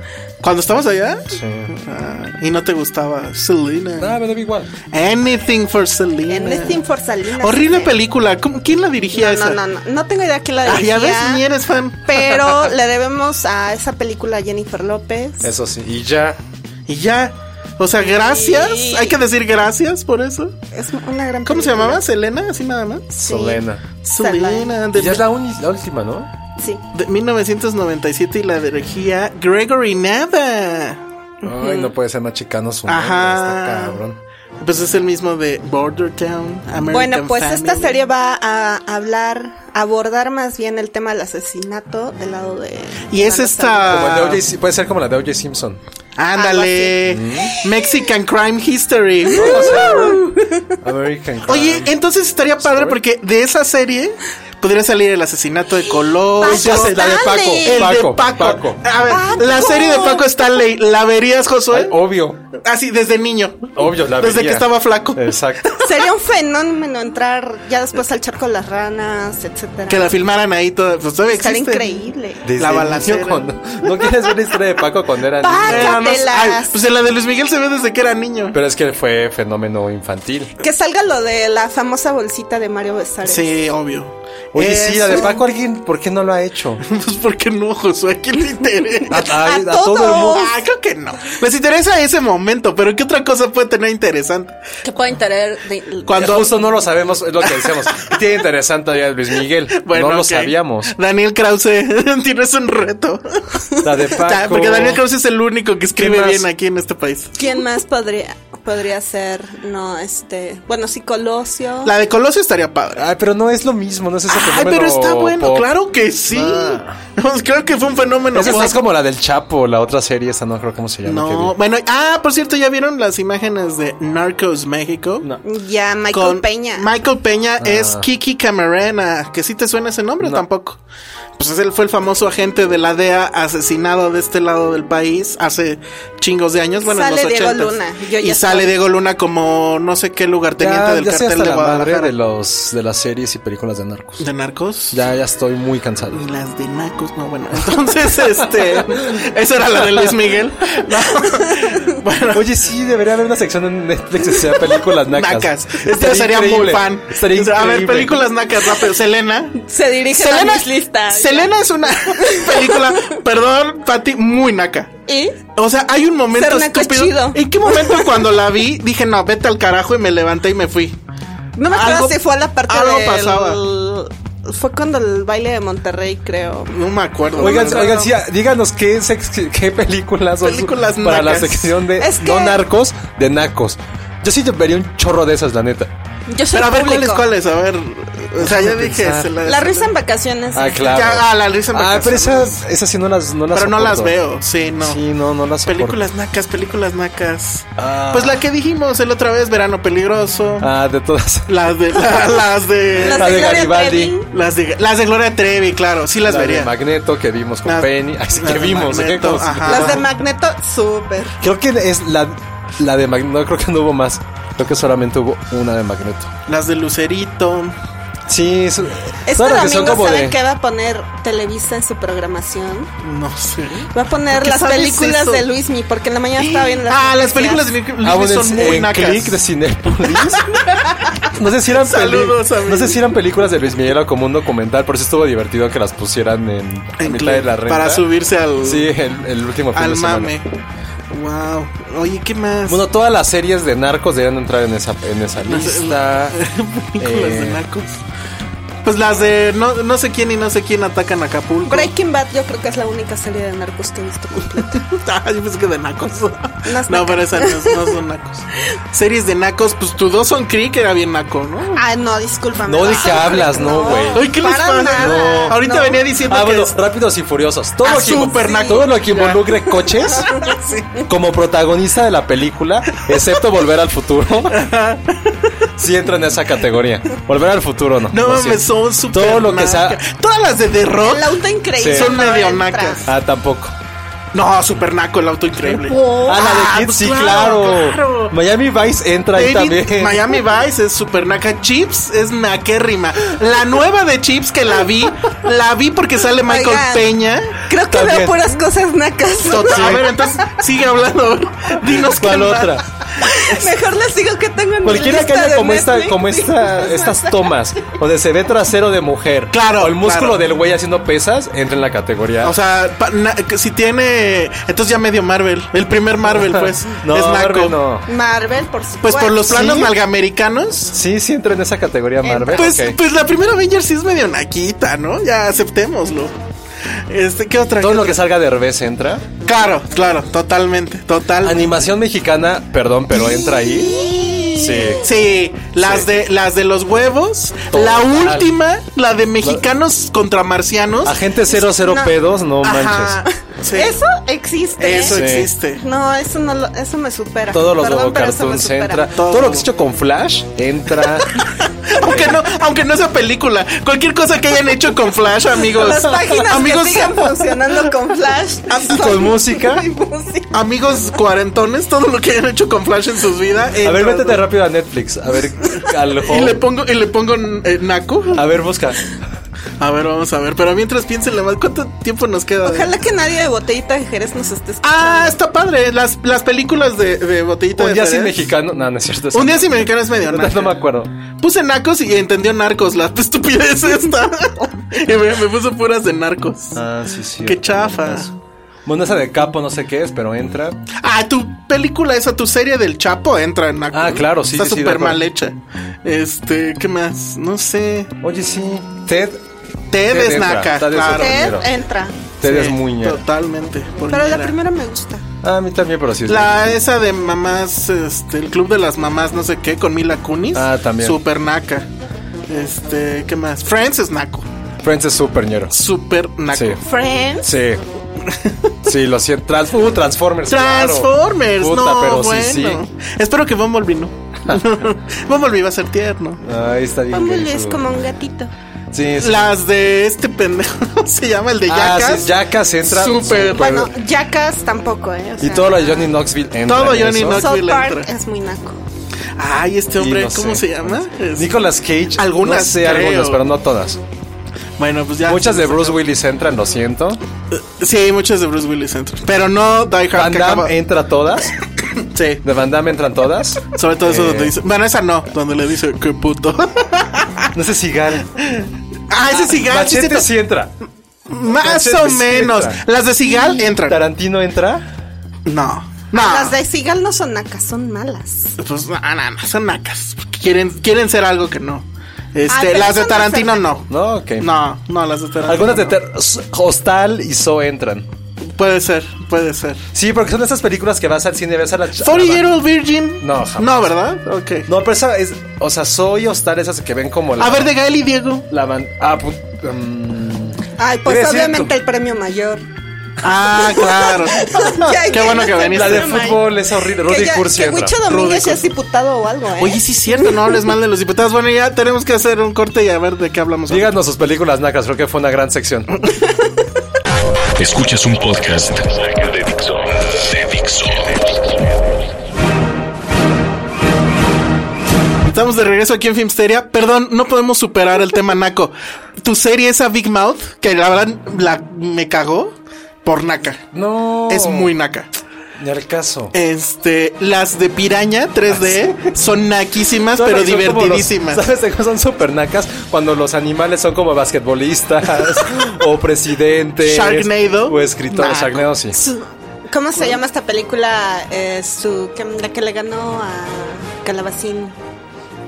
Cuando estabas allá Sí. Ah, y no te gustaba Selena. Nada, Ah, me da igual. Anything for Selena. En Nesting for Salinas. Horrible Sí. película. ¿Cómo- ¿Quién la dirigía No, esa? no, no, no, no tengo idea quién la Ah, ya dirigía. ves, ni eres fan. Pero le debemos a esa película a Jennifer López. Eso sí. Y ya. Y ya. O sea, gracias. Sí. Hay que decir gracias por eso. Es una gran ¿Cómo se película. llamaba? ¿Selena? Así nada más. Sí. Selena. Selena. Y De, ya es la, uni- la última, ¿no? Sí. de 1997 y la dirigía Gregory Nava. Ay, no puede ser más chicano su nombre, Ajá. Está cabrón. Pues es el mismo de Border Town. American Bueno, pues Family. esta serie va a hablar, abordar más bien el tema del asesinato del lado de. Y es Yolanda Saldívar. Como el de esta. O.J. Sim- puede ser como la de O.J. Simpson. Ándale. Mexican Crime History. American Crime. ¿eh? Oye, entonces estaría padre porque de esa serie podría salir el asesinato de Colosio. Paco, hace la de Paco. Stanley. El Paco, de Paco. Paco. A ver, Paco. la serie de Paco Stanley, ¿la verías, Ay, Josué? obvio. Así, desde niño. Obvio, la Desde vería. que estaba flaco. Exacto. Sería un fenómeno entrar ya después al charco de las ranas, etcétera. Que la filmaran ahí todo. Pues todavía Estaría existe. increíble. Desde La niño balacera. [LAUGHS] cuando- ¿No quieres ver la historia de Paco cuando era niño? Paco. Pero no sé- ay, Cácatelas. pues en la de Luis Miguel se ve desde que era niño. Pero es que fue fenómeno infantil. Que salga lo de la famosa bolsita de Mario Besares. Sí, obvio. Oye, sí, la de Eso. Paco, alguien, ¿por qué no lo ha hecho? [LAUGHS] Pues ¿por qué no, Josué? ¿A quién le [LAUGHS] interesa? A, todos. Ah, creo que no. Les interesa ese momento, pero ¿qué otra cosa puede tener interesante? Que pueden tener. de- Cuando- Cuando justo no lo sabemos, es lo que decíamos. Tiene interesante allá de Luis Miguel. no lo ok. sabíamos. Daniel Krause, [LAUGHS] tienes un reto. La de [LAUGHS] Ya, Paco. Porque Daniel Krause es el único que escribe más? bien aquí en este país. ¿Quién más podría podría ser? No, este. Bueno, sí, Colosio. La de Colosio estaría padre. Ay, pero no es lo mismo, no es Ah, ese Ay, fenómeno pero está bueno, pop. claro que sí. Ah. Pues [LAUGHS] Creo que fue un fenómeno. Esa pop. es como la del Chapo, la otra serie, esa no creo cómo se llama. que No, vi. bueno, ah, por cierto, ¿ya vieron las imágenes de Narcos México? No. Ya, Michael Con- Peña. Michael Peña es Kiki Camarena, que sí te suena ese nombre o Ah. No. tampoco. Pues es él fue el famoso agente de la DEA asesinado de este lado del país hace chingos de años, bueno, Sale en los Diego 80s. Luna, yo ya Y sale estoy. Diego Luna como no sé qué lugarteniente Ya, del ya sé cartel hasta de la madre Guadalajara. de, los, de las series y películas de narcos. ¿De Mm. narcos? Ya, ya estoy muy cansado. Y las de Nacos, no, bueno. Entonces, [LAUGHS] este. Esa era la de Luis Miguel. [LAUGHS] No. Bueno. Oye, sí, debería haber una sección en Netflix que sea películas nacas. [LAUGHS] Nacas. Este Estaría sería muy increíble. fan. Estaría O sea, a ver, increíble. películas nacas rápido. Selena. Se [LAUGHS] dirige Selena, a mis listas. Selena es una [LAUGHS] película, perdón, Pati, muy naca. ¿Y? O sea, hay un momento Ser naco es estúpido. chido. ¿En qué [LAUGHS] momento cuando la vi dije, no, vete al carajo y me levanté y me fui? No me acuerdo Algo- si fue a la parte algo del- pasaba. Fue cuando el baile de Monterrey, creo. No me acuerdo. Oigan, No, oigan, no. sí, díganos qué, sex- qué películas, son Películas para la nacas. sección de Es que- no narcos, de nacos. Yo sí te vería un chorro de esas, la neta. Yo soy Pero a ver, público. ¿cuáles, cuáles? A ver. O sea, ya Déjame dije. pensar. se La risa en vacaciones. Ah, es- claro. Ya, ah, la risa en Ah, pero vacaciones. esas, esas sí no las, no las Pero no las soporto. veo. Sí, no. Sí, no, no las soporto. Películas nacas, películas nacas. Ah. Pues la que dijimos el otra vez, Verano Peligroso. Ah, de todas. Las de. las de. Las La de de Gloria Garibaldi. Trevi. Las de, las de Gloria Trevi, claro, sí [LAUGHS] las La de vería. Magneto que vimos con Las- Penny. Así las que de vimos. ¿eh? Magneto, Como si- ajá. Las de Magneto, súper. Creo que es la, la de Magneto. No, creo que no hubo más. Creo que solamente hubo una de Magneto. las de Lucerito. Sí, es, Este todas las que son domingo, como ¿saben de- qué va a poner Televisa en su programación? No sé. Va a poner ¿Por qué las sabes películas eso? de Luismi, porque en la mañana estaba viendo las Ah, las noticias. películas de Nick Ah, bueno, son en- muy en nacas. Click de [LAUGHS] Cinépolis. No sé, si eran peli- Saludos, amigos. no sé si eran películas de Luis Miguel o como un documental, por eso estuvo divertido que las pusieran en, la En mitad Click, de la renta. Para subirse al, Sí, el, el último fin al de semana. mame. Wow. Oye, ¿qué más? Bueno, todas las series de narcos deberían entrar en esa, en esa lista. películas de eh, nacos. Pues las de no, no sé quién y no sé quién atacan a Acapulco. Breaking Bad, yo creo que es la única serie de narcos que he visto completa. [LAUGHS] Ah, yo pensé que de nacos. Las No, nacas. pero esas no, no son nacos. Series de nacos, pues tu dos son Creek era bien naco, ¿no? Ah, no, discúlpame. No, ¿de [LAUGHS] qué [LAUGHS] hablas? No, güey. Ay, ¿qué les para pasa? nada. No. Ahorita No. venía diciendo Ah, que bueno, es- rápidos y furiosos. Todo, Ah, lo que, súper naco. todo lo que involucre [LAUGHS] coches como protagonista de la película, excepto Volver al [LAUGHS] Futuro, sí entra en esa categoría. Volver al Futuro no. No lo mames, siento. son súper Todo lo que sea. nacas. Todas las de The Rock El auto increíble. Sí. son no medio entra. nacas. Ah, tampoco. No, super naco el auto increíble. ah, la de Kids, pues sí, claro, claro. claro. Miami Vice entra ahí pues, David- también. Miami Vice es super naca. Chips es naquérrima. La nueva de Chips que la vi, la vi porque sale Michael Oigan. Peña. Creo que También. veo puras cosas nacas. Total. A ver, entonces sigue hablando. a ver, Dinos qué ¿Cuál más. otra? [LAUGHS] Mejor la sigo que tengo en mi Cualquiera que lista haya de como esta, Netflix. como esta, estas [LAUGHS] tomas donde se ve trasero de mujer. Claro, O el músculo claro. del güey haciendo pesas entra en la categoría. O sea, pa- na- que si tiene. Entonces ya medio Marvel. El primer Marvel, [LAUGHS] pues. no, es naco. Marvel no. Marvel, por supuesto. Pues por los ¿Sí? planos malgamericanos. Sí, sí entra en esa categoría Marvel. Pues, ok. pues la primera Avengers sí es medio naquita, ¿no? Ya aceptémoslo. Este, ¿qué otra? Todo lo que salga de Herbes entra. Claro, claro, totalmente, total. Animación mexicana, perdón, pero entra ahí. Sí. Sí, las Sí. de las de los huevos, Total. la última, la de mexicanos contra marcianos. Agente 00 No. pedos, no Ajá. [LAUGHS] manches. Sí. Eso existe. Eso Sí. existe. No, eso no lo- eso me supera. Todos los Perdón, Bobo pero eso me Cartoons supera. entra. Todo. lo que es hecho con Flash [LAUGHS] entra. Aunque no, aunque no sea película. Cualquier cosa que hayan hecho con Flash, amigos. Las páginas amigos, que sigan funcionando con Flash. Y son- [LAUGHS] con [LAUGHS] música. y música. amigos cuarentones, todo lo que hayan hecho con Flash en sus vidas. A ver, entonces- métete rápido a Netflix. A [LAUGHS] ver, al Y le home. pongo, y le pongo eh, Naco. A ver, busca. A ver, vamos a ver. Pero mientras piénsenle más, ¿cuánto tiempo nos queda? Ojalá que nadie de Botellita de Jerez nos esté escuchando. Ah, está padre. Las, las películas de, de Botellita Un de día Pues sin Jerez. mexicano. No, no es cierto. Un día sin mexicano es medio No, naco. no me acuerdo. Puse Nacos y entendió Narcos, la [LAUGHS] estupidez esta. y me, me puso puras de Narcos. Ah, sí, sí. Qué chafa. Bueno, esa de capo, no sé qué es, pero entra. Ah, tu película esa, tu serie del Chapo entra en Narcos. Ah, claro, sí, Está sí, sí, de súper acuerdo. mal hecha. Este, ¿qué más? No sé. Oye, sí. Ted. Ted Ted es entra, naca, Ted es claro. otra. Ted pero- entra. Ted Sí, es muy ñero. Totalmente. por Pero la ñera. primera me gusta. Ah, a mí también, pero sí es. La esa de mamás, este, el club de las mamás, no sé qué, con Mila Kunis. Ah, también. Super naca. Este, ¿qué más? Friends es naco. Friends es súper ñero. Super naco. Sí. Friends. Sí. Sí, lo siento. Trans- uh, Transformers. claro. Transformers, Puta, no, pero bueno. sí, sí. Espero que [LAUGHS] Bumblebee no. Bumblebee va a ser tierno. Ay, está bien. Bumblebee gay es su- como un gatito. Sí, sí. Las de este pendejo, [LAUGHS] ¿cómo se llama? El de Ah, Jackass. sí, Jackass entra. Súper. Bueno, Bueno, Jackass tampoco, ¿eh? O y sea, todo lo de Johnny Knoxville entra. Todo en Johnny eso. Knoxville. South Park entra. es muy naco. Ay, este hombre, Y no ¿cómo sé. se llama? Es- Nicolas Cage. Algunas, No sé, creo. algunas, pero no todas. Bueno, pues ya. Muchas de Bruce Willis entran, lo siento. Sí, muchas de Bruce Willis entran. Pero no Die Hard. Van Ah, que acaba- Damme entra todas. Sí. De Van Damme entran todas. Sobre todo eso Eh. donde dice. Bueno, esa no, donde le dice, qué puto. [LAUGHS] No sé si Gal. ah, ese Sigal. sí, Machete cierto. sí entra. Más Machete o sí menos. entra. Las de Sigal entran. Tarantino entra. No. No. Las de Seagal no son nacas, son malas. Pues no, no, no, son nacas. porque Quieren, quieren ser algo que no. Ah, Este, pero las de eso no Tarantino se- no. No, ok. No, no, las de Tarantino. Algunas de no. ter- Hostal y So entran. Puede ser, puede ser. Sí, porque son esas películas que vas al cine y ves a la ch- a 40 la- Year Old Virgin. No, jamás. No, ¿verdad? Ok. No, pero esa es. O sea, soy hostal, esas que ven como la. A ver, de Gael y Diego. La van. Ah, pu- um, Ay, Pero pues es obviamente cierto. el premio mayor. Ah, claro. [LAUGHS] Ya, Qué ya, bueno que ya, viniste. la de ya, fútbol es horrible. que Rudy ya- Cursi que entra. Huicho Domínguez Rudy ya es Cursi. diputado o algo, ¿eh? Oye, sí es cierto, no hables mal de los diputados. Bueno, ya tenemos que hacer un corte y a ver de qué hablamos. ahora. Díganos sus películas nacas, creo que fue una gran sección. Escuchas un podcast de Dixo. De Dixo. Estamos de regreso aquí en Filmsteria. Perdón, no podemos superar el tema Naco. Tu serie esa Big Mouth, que la verdad la, me cagó por Naca. No. Es muy Naca. Ni al caso. Este, las de Piraña 3D son [LAUGHS] naquísimas, Ah, Son- pero son como los- [LAUGHS] divertidísimas. ¿Sabes de cómo son super nacas? Cuando los animales son como basquetbolistas [LAUGHS] o presidentes. Sharknado. O escritores. Naco. Sharknado, sí. Su- ¿Cómo se llama esta película? Eh, su, que, la que le ganó a Calabacín.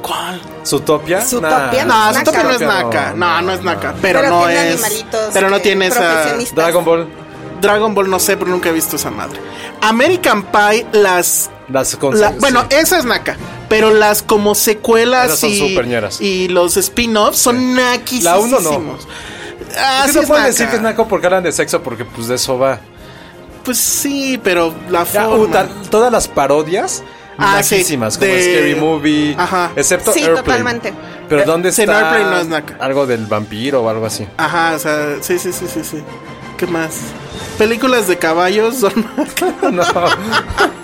¿Cuál? Zootopia. Zootopia, Nah. No, Zootopia no es Naca. naca. No, no es naca. Pero, Pero no tiene es. animalitos Pero no que- tiene esa. profesionistas. Dragon Ball. Dragon Ball no sé, pero nunca he visto esa madre. American Pie, las Las cons- La- sí. bueno, esa es naca. Pero las como Esas secuelas son y, súper ñeras. y los spin-offs son naquísimos. La uno no. Ah, Sí, sí no es pueden naca. decir que es naco porque hablan de sexo porque pues de eso va. Pues sí, pero la Ya, forma. puta, todas las parodias Ah, naquísimas, sí, como de- Scary Movie, Ajá. excepto Sí, Airplane. totalmente. Pero Eh, ¿dónde sí, está? no, Airplane no es naca. Algo del vampiro o algo así. [LAUGHS] Ajá, o sea, sí, sí, sí, sí, sí. ¿Qué más? Películas de caballos son naca. No. [LAUGHS]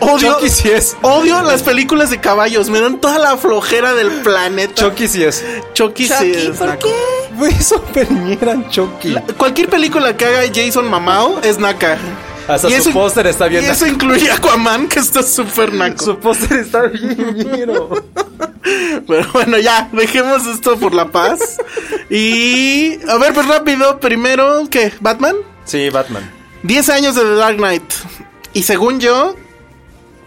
odio, Chucky sí es. odio las películas de caballos. Me dan toda la flojera del planeta. Chucky sí es. Chucky, sí Chucky, es ¿por naco. qué? Güey, súper ñeran Chucky. La- cualquier película que haga Jason Mamao es naca. Hasta su póster está bien Y naco. eso incluye Aquaman, que está súper naco. Su póster está bien ñero. Pero bueno, ya, dejemos esto por la paz. y. A ver, pues rápido. Primero, ¿qué? ¿Batman? Sí, Batman. 10 años de The Dark Knight. Y según yo,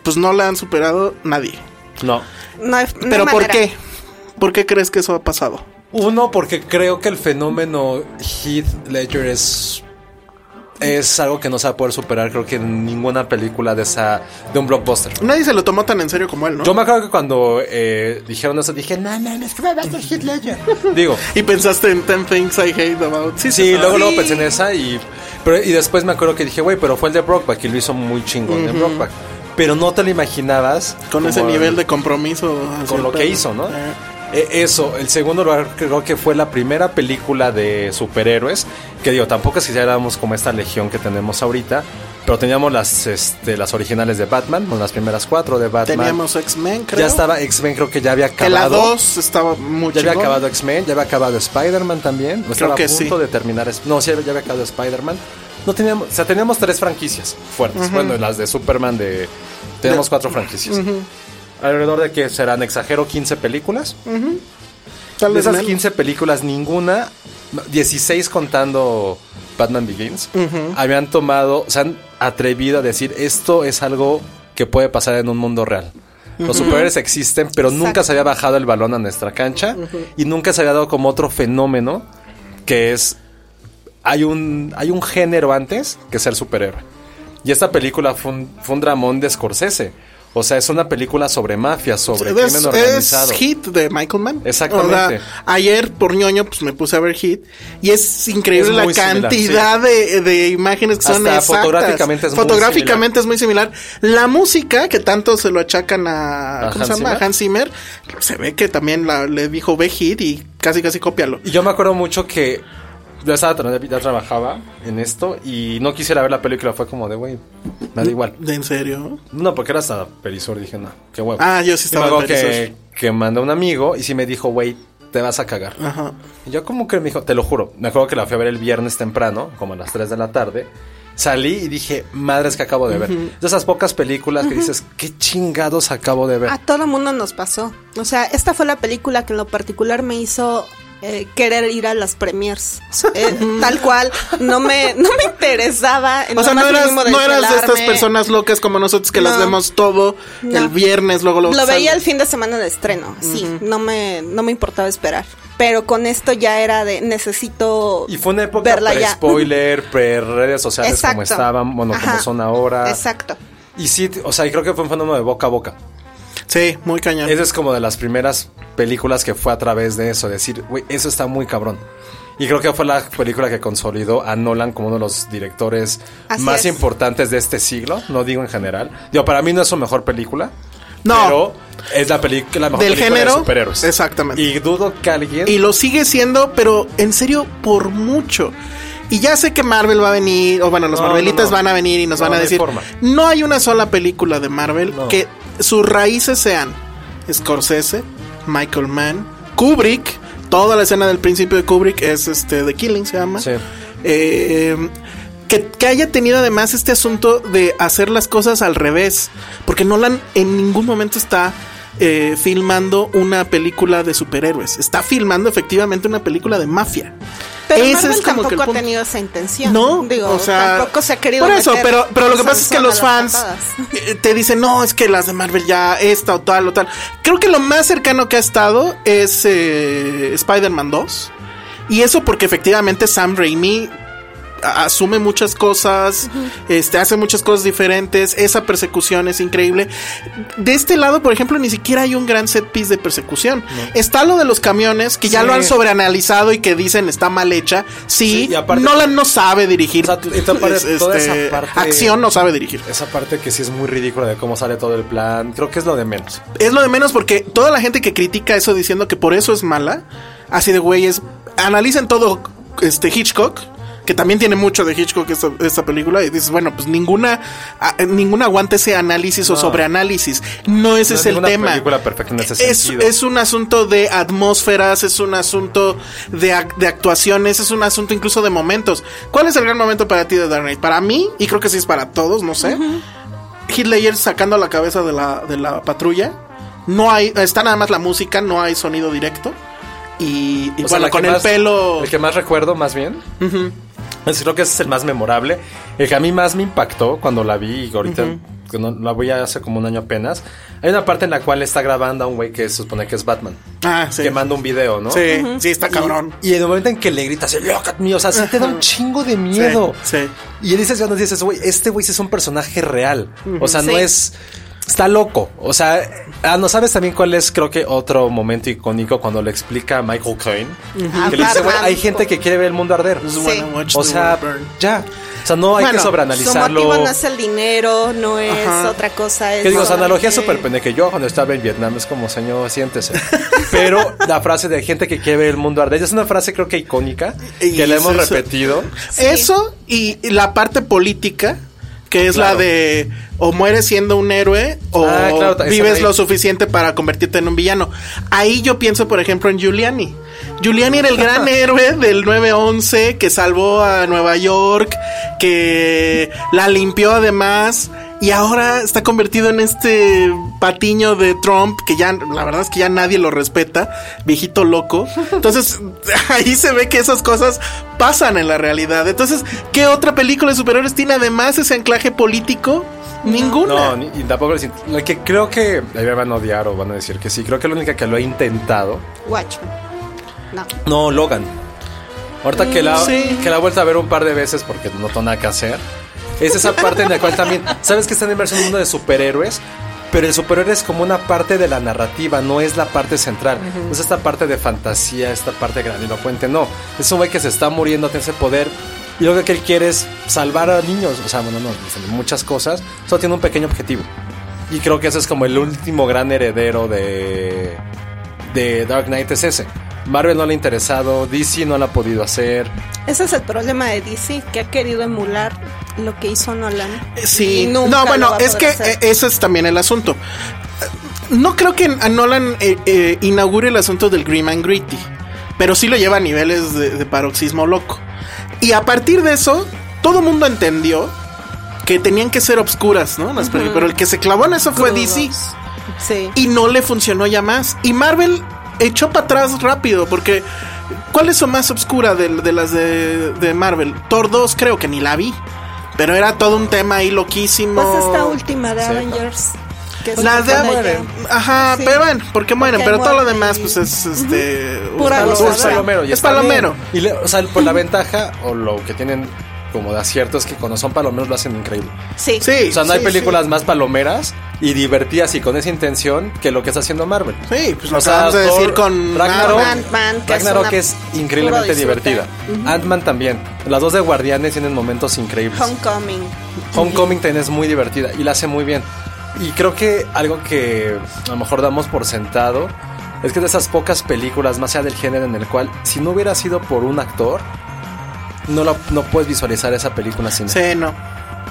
pues no la han superado nadie. No. No hay- no hay ¿Pero por manera. qué? ¿Por qué crees que eso ha pasado? Uno, porque creo que el fenómeno Heath Ledger es. Es algo que no se va a poder superar, creo que en ninguna película de esa. de un blockbuster. Nadie se lo tomó tan en serio como él, ¿no? Yo me acuerdo que cuando eh, dijeron eso, dije, no, no, no, es que me va a hacer Heath [LAUGHS] Ledger. Digo, Y pensaste en 10 Things I Hate About. sí, se sabe. luego, luego pensé en esa y Pero, y después me acuerdo que dije, güey, pero fue el de Brockback y lo hizo muy chingón de Brockback. Pero no te lo imaginabas. Con ese como- nivel de compromiso. hacia con el lo que perro. hizo, ¿no? Eh, Eh, Eso, el segundo lugar creo que fue la primera película de superhéroes, que digo, tampoco es que ya éramos como esta legión que tenemos ahorita, pero teníamos las, este, las originales de Batman, bueno, las primeras cuatro de Batman. Teníamos X-Men, creo. ya estaba X-Men, creo que ya había Que la acabado. 2 estaba muy ya había chingón. acabado X-Men, ya había acabado Spider-Man también. o estaba que a punto sí. de terminar. es- No, sí, ya había acabado Spider-Man. No teníamos, o sea, teníamos tres franquicias fuertes. Bueno, las de Superman de. Tenemos cuatro franquicias. Alrededor de que serán, exagero, 15 películas. Tal De vez esas menos. 15 películas, ninguna, no, 16 contando Batman Begins, habían tomado, se han atrevido a decir, esto es algo que puede pasar en un mundo real. Los superhéroes existen, pero nunca se había bajado el balón a nuestra cancha y nunca se había dado como otro fenómeno que es hay un, hay un género antes que ser superhéroe. Y esta película fue un, fue un dramón de Scorsese. O sea, es una película sobre mafia, sobre Es- crimen es, organizado. hit de Michael Mann. Exactamente. O sea, ayer por ñoño pues me puse a ver hit y es increíble Es la muy similar, cantidad de, de imágenes que son Hasta exactas. fotográficamente es muy Fotográficamente es muy similar. La música que tanto se lo achacan a, ¿A ¿cómo se Hans llama? Zimmer? A Hans Zimmer, se ve que también la- le dijo ve hit y casi casi cópialo. Y yo me acuerdo mucho que yo estaba tra- ya trabajaba en esto y no quisiera ver la película, fue como de güey, me Mm. da igual. ¿En serio? No, porque era hasta Perisur, dije, no, qué huevo. Ah, yo Y me sí estaba acuerdo en que, Perisur. que mandó un amigo y sí me dijo, güey, te vas a cagar. Ajá. Y yo como que me dijo, te lo juro, me acuerdo que la fui a ver el viernes temprano, como a las 3 de la tarde. Salí y dije, madres que acabo de ver. De esas pocas películas que dices, qué chingados acabo de ver. Ah, A todo mundo nos pasó. O sea, esta fue la película que en lo particular me hizo eh, querer ir a las premiers. [LAUGHS] Eh, tal cual, no me, no me interesaba. en O lo sea, no más eras, mínimo no eras de estas desvelarme. personas locas como nosotros que las No. vemos todo No. el viernes, luego Lo sale. veía el fin de semana de estreno, sí, no me no me importaba esperar, pero con esto ya era de necesito Y fue una época verla ya. [LAUGHS] pre-spoiler, pre-redes sociales como estaban, bueno, como Ajá. son ahora. Exacto. Y sí, o sea, y creo que fue un fenómeno de boca a boca. Sí, muy cañón. Esa es como de las primeras películas que fue a través de eso, decir, güey, eso está muy cabrón. Y creo que fue la película que consolidó a Nolan como uno de los directores Así más es. importantes de este siglo, no digo en general. Digo, para mí no es su mejor película. No. Pero es la, peli- la mejor Del película género, de superhéroes. exactamente. Y dudo que alguien... Y lo sigue siendo, pero en serio, por mucho. Y ya sé que Marvel va a venir, o bueno, los No, Marvelitas no, no. van a venir y nos No, van a no hay decir, forma. no hay una sola película de Marvel No. que sus raíces sean Scorsese, Michael Mann, Kubrick, toda la escena del principio de Kubrick es este The Killing se llama. Sí. Eh, que, que haya tenido además este asunto de hacer las cosas al revés. Porque Nolan en ningún momento está eh, filmando una película de superhéroes. Está filmando efectivamente una película de mafia. Pero Ese Marvel es como que el tampoco ha punto. tenido esa intención. No, digo, o sea, tampoco se ha querido Por eso, meter pero, pero lo que esa pasa es que zona los a las fans patadas. eh, te dicen, no, es que las de Marvel ya esta o tal o tal. Creo que lo más cercano que ha estado es eh, Spider-Man 2. Y eso porque efectivamente Sam Raimi a- asume muchas cosas, este, hace muchas cosas diferentes, esa persecución es increíble. De este lado, por ejemplo, ni siquiera hay un gran set piece de persecución. Está lo de los camiones, que ya Sí. lo han sobreanalizado y que dicen está mal hecha. Sí, Sí, y aparte- Nolan no sabe dirigir. O sea, tú- y te apare- Es- toda este, esa parte- Acción no sabe dirigir. Esa parte que sí es muy ridícula de cómo sale todo el plan, creo que es lo de menos. Es lo de menos porque toda la gente que critica eso diciendo que por eso es mala, así de güeyes, analicen todo este Hitchcock, que también tiene mucho de Hitchcock esta, esta película, y dices, bueno, pues ninguna, a- ninguna aguanta ese análisis o sobreanálisis. No ese No es hay el ninguna tema. película perfecta en ese es, sentido. es un asunto de atmósferas, es un asunto de, ac- de actuaciones, es un asunto incluso de momentos. ¿Cuál es el gran momento para ti de Dark Knight? Para mí, y creo que sí es para todos, no sé. Hitler sacando la cabeza de la, de la patrulla. No hay, está nada más la música, no hay sonido directo. Y, y O sea, bueno, la que con el más- pelo. El que más recuerdo, más bien. Es- Creo que ese es el más memorable. El que a mí más me impactó cuando la vi, y ahorita que no- la voy a hace como un año apenas. Hay una parte en la cual está grabando a un güey que se supone que es Batman. Ah, sí. Que manda un video, ¿no? Sí, sí, está cabrón. Y en el momento en que le gritas, look at me, o sea, sí te da un chingo de miedo. sí. Y dices, cuando dices, güey, este güey sí es un personaje real. O sea, no Sí. es. Está loco. O sea, ah, no sabes también cuál es, creo que otro momento icónico cuando le explica a Michael Caine. Ah, Que le dice, güey, hay Batman. gente que quiere ver el mundo arder. Just Sí. wanna watch O the sea, world burn. ya. O sea, no hay Bueno, que Su sobreanalizarlo. motivo no es el dinero, no es Ajá. otra cosa. Es Que digo, su analogía es solamente- súper pene que yo cuando estaba en Vietnam es como, señor, [LAUGHS] siéntese. Pero la frase de gente que quiere ver el mundo arder es una frase creo que icónica Y que la es hemos eso. repetido. Sí. Eso y y la parte política, que es Claro. la de o mueres siendo un héroe o Ah, claro, ta- vives esa- lo suficiente para convertirte en un villano. Ahí yo pienso, por ejemplo, en Giuliani. Giuliani era el gran héroe del 911 que salvó a Nueva York, que la limpió además y ahora está convertido en este patiño de Trump que ya la verdad es que ya nadie lo respeta, viejito loco. Entonces, [LAUGHS] ahí se ve que esas cosas pasan en la realidad. Entonces, ¿qué otra película de superhéroes tiene además ese anclaje político? Ninguna. No, ni, y tampoco lo siento. Lo que creo que ahí me van a odiar o van a decir que sí. Creo que la única que lo ha intentado. Watchmen. No. No, Logan. Ahorita que, la, sí. que la he vuelto a ver un par de veces porque no tengo nada que hacer. Es esa parte en la cual también. Sabes que están inmersos en un mundo de superhéroes. Pero el superhéroe es como una parte de la narrativa, no es la parte central. No es esta parte de fantasía, esta parte grandilocuente, no. Es un güey que se está muriendo, tiene ese poder. Y lo que él quiere es salvar a niños. O sea, bueno, no, muchas cosas. Solo tiene un pequeño objetivo. Y creo que ese es como el último gran heredero de, de Dark Knight es ese. Marvel no le ha interesado, DC no la ha podido hacer. Ese es el problema de DC, que ha querido emular lo que hizo Nolan. Eh, Sí, Y no, nunca lo va bueno, a es poder que eh, hacer. ese es también el asunto. No creo que a Nolan eh, eh, inaugure el asunto del Grim and Gritty, pero sí lo lleva a niveles de, de paroxismo loco. Y a partir de eso, todo mundo entendió que tenían que ser obscuras, ¿no? Las películas, Pero el que se clavó en eso eh, fue Crudos. DC Sí. y no le funcionó ya más. Y Marvel echó para atrás rápido porque ¿cuál es su más obscura de, de las de, de Marvel? Thor 2 creo que ni la vi. Pero era todo un tema ahí loquísimo. Pues esta última de Sí. Avengers. Que es La de con Avengers. ella. Ajá, Sí. pero bueno, porque mueren, Porque pero todo lo mueren demás y- pues es este Pura es gozadera. Es palomero. y Es está palomero. bien. Y le- o sea, por la ventaja, o lo que tienen como de acierto, es que cuando son palomeros lo hacen increíble. Sí. Sí. O sea, no hay sí, películas más palomeras y divertidas y con esa intención que lo que está haciendo Marvel. Sí, pues lo O sea, acabamos de Thor, decir con Ragnarok, Ant-Man. Ant-Man, que es Ragnarok una es, puro increíblemente disfrute. divertida. Ant-Man también. Las dos de Guardianes tienen momentos increíbles. Homecoming. Homecoming también es muy divertida y la hace muy bien. Y creo que algo que a lo mejor damos por sentado es que de esas pocas películas, más allá del género en el cual, si no hubiera sido por un actor, no, la- no puedes visualizar esa película sin Sí, no.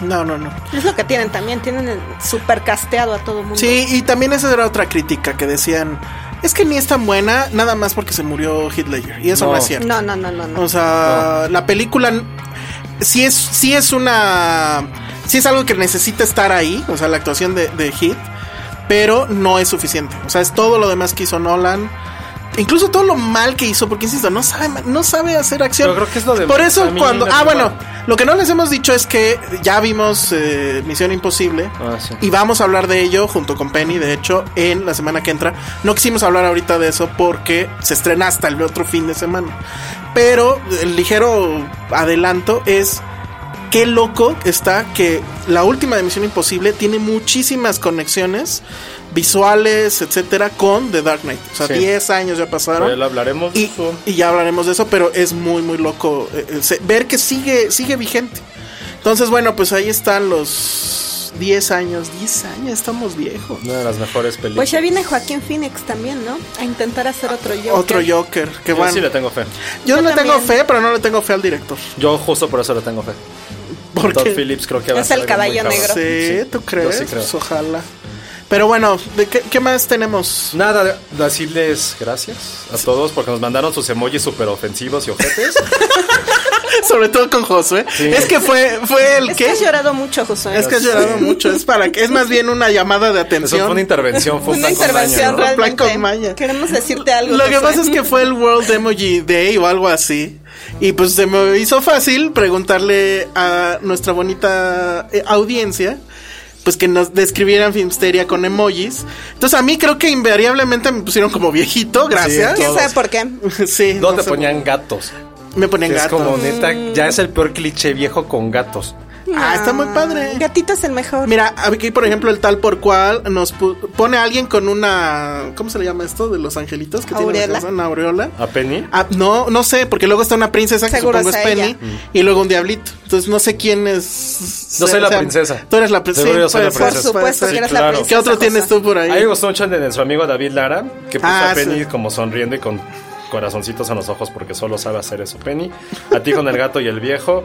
No, no, no. Es lo que tienen también, tienen super casteado a todo mundo. Sí, y también esa era otra crítica que decían, es que ni es tan buena nada más porque se murió Hitler y eso no, No. es cierto. No, no, no, no, no. O sea, la película n- sí es sí es una sí es algo que necesita estar ahí, o sea, la actuación de, de Hit, pero no es suficiente. O sea, es todo lo demás que hizo Nolan. Incluso todo lo mal que hizo, porque insisto, no sabe, ma- no sabe hacer acción. Pero creo que es lo de- Por eso a mí cuando... no Ah, me bueno, va. lo que no les hemos dicho es que ya vimos eh, Misión Imposible. Ah, sí. Y vamos a hablar de ello junto con Penny, de hecho, en la semana que entra. No quisimos hablar ahorita de eso porque se estrena hasta el otro fin de semana. Pero el ligero adelanto es qué loco está que la última de Misión Imposible tiene muchísimas conexiones visuales, etcétera, con The Dark Knight. O sea, Sí. 10 años ya pasaron. Pero hablaremos de Y, eso. y ya hablaremos de eso, pero es muy, muy loco eh, eh, se- ver que sigue, sigue vigente. Entonces, bueno, pues ahí están los 10 años. 10 años, estamos viejos. Una de las mejores películas. Pues ya viene Joaquín Phoenix también, ¿no? A intentar hacer otro Joker. Otro Joker, que Yo bueno. sí le tengo fe. yo Yo no le tengo también. fe, pero no le tengo fe al director. Yo justo por eso le tengo fe. ¿Por Todd qué? Phillips creo que va a Es ser el algo muy caballo cabrón. negro. Sí, ¿tú Yo crees? sí creo. Pues ojalá. Pero bueno, ¿de qué, qué más tenemos? [LAUGHS] Nada, de- decirles gracias a todos porque nos mandaron sus emojis súper ofensivos y ojetes. Sobre todo con Josué. Es que fue, fue el Es que. que has llorado mucho, Josué. Es que has llorado mucho. Es para que es más bien una llamada de Eso fue atención. una intervención, fue un Una plan con intervención daño, ¿no? real. realmente. Blanco Maya. Queremos decirte algo. Lo que Josué. pasa es que fue el World Emoji Day o algo así. Y pues se me hizo fácil preguntarle a nuestra bonita eh, audiencia. Pues que nos describieran Filmsteria con emojis. Entonces a mí creo que invariablemente me pusieron como viejito, gracias. [LAUGHS] ¿Quién sabe por qué? Sí, No, te sé. ponían gatos. Me ponían Que es gato. como neta, ya es el peor cliché viejo con gatos. Ah, está muy padre. Gatito es el mejor. Mira, aquí por ejemplo el tal por cual nos pu- pone a alguien con una... ¿Cómo se le llama esto? De los angelitos que tiene Aureola. la cabeza, una aureola. ¿A Penny? Ah, no, no sé, porque luego está una princesa que Seguro supongo es es Penny ella. Mm. y luego un diablito. Entonces no sé quién es. Yo soy la princesa. Tú eres la princesa. Seguro yo soy la pues puede princesa. ser, Por puede supuesto ser. que eres claro. la princesa. ¿Qué otro tienes tú por A ahí? mí me gustó mucho el de su amigo David Lara, que puso Ah, a Penny sí. como sonriendo y con corazoncitos en los ojos porque solo sabe hacer eso, Penny. A ti con el gato y el viejo.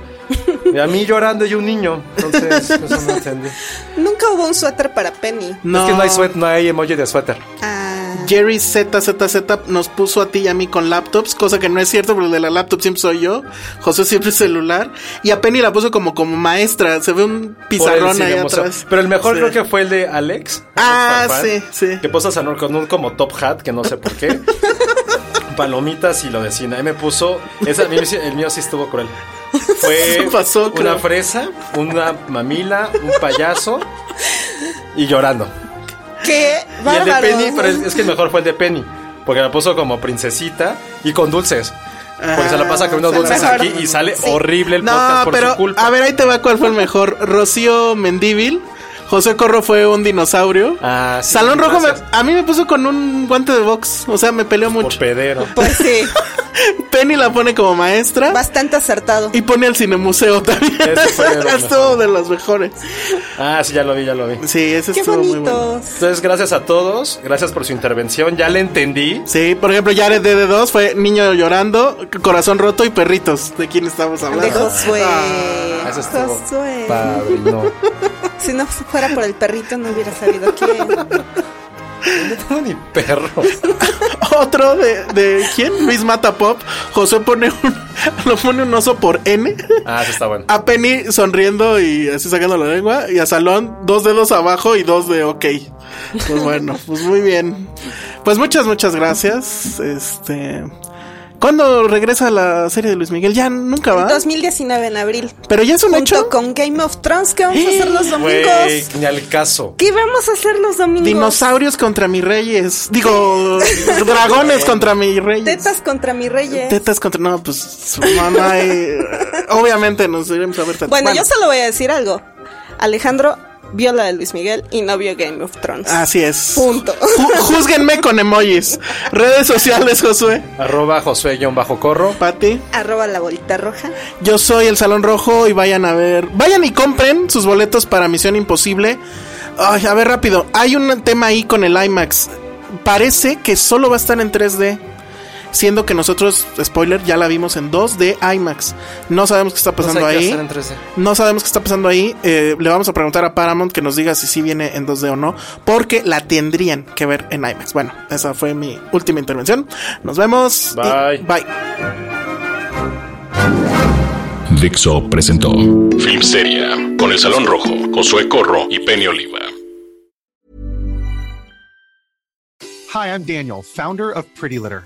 Y a mí llorando y un niño. Entonces, eso no entendí. Nunca hubo un suéter para Penny. No. Es que no hay, suet- no hay emoji de suéter. Ah, Jerry ZZZ nos puso a ti y a mí con laptops, cosa que no es cierto, porque el de la laptop siempre soy yo. José siempre es celular. Y a Penny la puso como, como maestra. Se ve un Por el pizarrón cine ahí museo. atrás. Pero el mejor Sí. creo que fue el de Alex. Ah, Alex sí, sí. Que puso a Sanor con un como top hat, que no sé por [LAUGHS] qué. Palomitas y lo de cine. Ahí me puso. esa- a mí sí- el mío sí estuvo cruel. Fue [LAUGHS] Eso pasó, una creo. fresa, una mamila, un payaso y llorando. Ah. qué Y el de bárbaro. Penny, pero es, es que el mejor fue el de Penny. Porque la puso como princesita y con dulces. Porque se la pasa comiendo Ah, se la dulces pasa. aquí y sale Sí. horrible el podcast No, por pero su culpa. a ver, ahí te va cuál fue el mejor. Rocío Mendíbil. José Corro fue un dinosaurio. Ah, sí, Salón Rojo me- gracias. a mí me puso con un guante de box. O sea, me peleó Por mucho. pedero. Pues sí, Penny la pone como maestra. bastante acertado. y pone al cinemuseo también. Ese fue [LAUGHS] de los estuvo de los mejores. Ah, sí, ya lo vi, ya lo vi. Sí, ese Qué estuvo muy bueno. bonitos. Entonces, gracias a todos, gracias por su intervención, ya le entendí. Sí, por ejemplo, Jared DD2 fue Niño llorando, Corazón roto y Perritos. ¿De quién estamos hablando? De Josué. Ah, Eso Ah, estuvo Josué. Padre, no. [LAUGHS] Si no fuera por el perrito no hubiera sabido quién. No tengo ni perro. [LAUGHS] Otro de, de quién? Luis Mata Pop. Josué pone un, [LAUGHS] lo pone un oso por N. Ah, eso está bueno. A Penny sonriendo y así sacando la lengua. Y a Salón, dos dedos abajo y dos de ok. Pues [LAUGHS] bueno, pues muy bien. Pues muchas, muchas gracias. Este. ¿Cuándo regresa la serie de Luis Miguel? Ya nunca va. 2019 en abril. Pero ya es un Junto hecho. con Game of Thrones que vamos a hacer los Güey, domingos. ni al caso. ¿Qué vamos a hacer los domingos? Dinosaurios contra mis reyes. [LAUGHS] Digo, dragones contra mis reyes. Tetas contra mi reyes. Tetas contra. No, pues su mamá. y- obviamente nos iremos a ver tetas. Bueno, yo solo voy a decir algo. Alejandro vio la de Luis Miguel y no vio Game of Thrones. Así es. Punto. Ju- júzguenme con emojis. Redes sociales, Josué. Arroba Josué-Corro. Pati. Arroba la bolita roja. Yo soy el Salón Rojo y vayan a ver. Vayan y compren sus boletos para Misión Imposible. Ay, a ver rápido. Hay un tema ahí con el IMAX. Parece que solo va a estar en 3D. Siendo que nosotros, spoiler, ya la vimos en 2D IMAX. No sabemos qué está pasando No sé qué ahí. hacer en 3D. No sabemos qué está pasando ahí. Eh, le vamos a preguntar a Paramount que nos diga si sí viene en 2D o no, porque la tendrían que ver en IMAX. Bueno, esa fue mi última intervención. Nos vemos. y Bye. Bye. Dixo presentó Filmsteria con el Salón Rojo, Josué Corro y Penny Oliva. Hi, I'm Daniel, founder of Pretty Litter.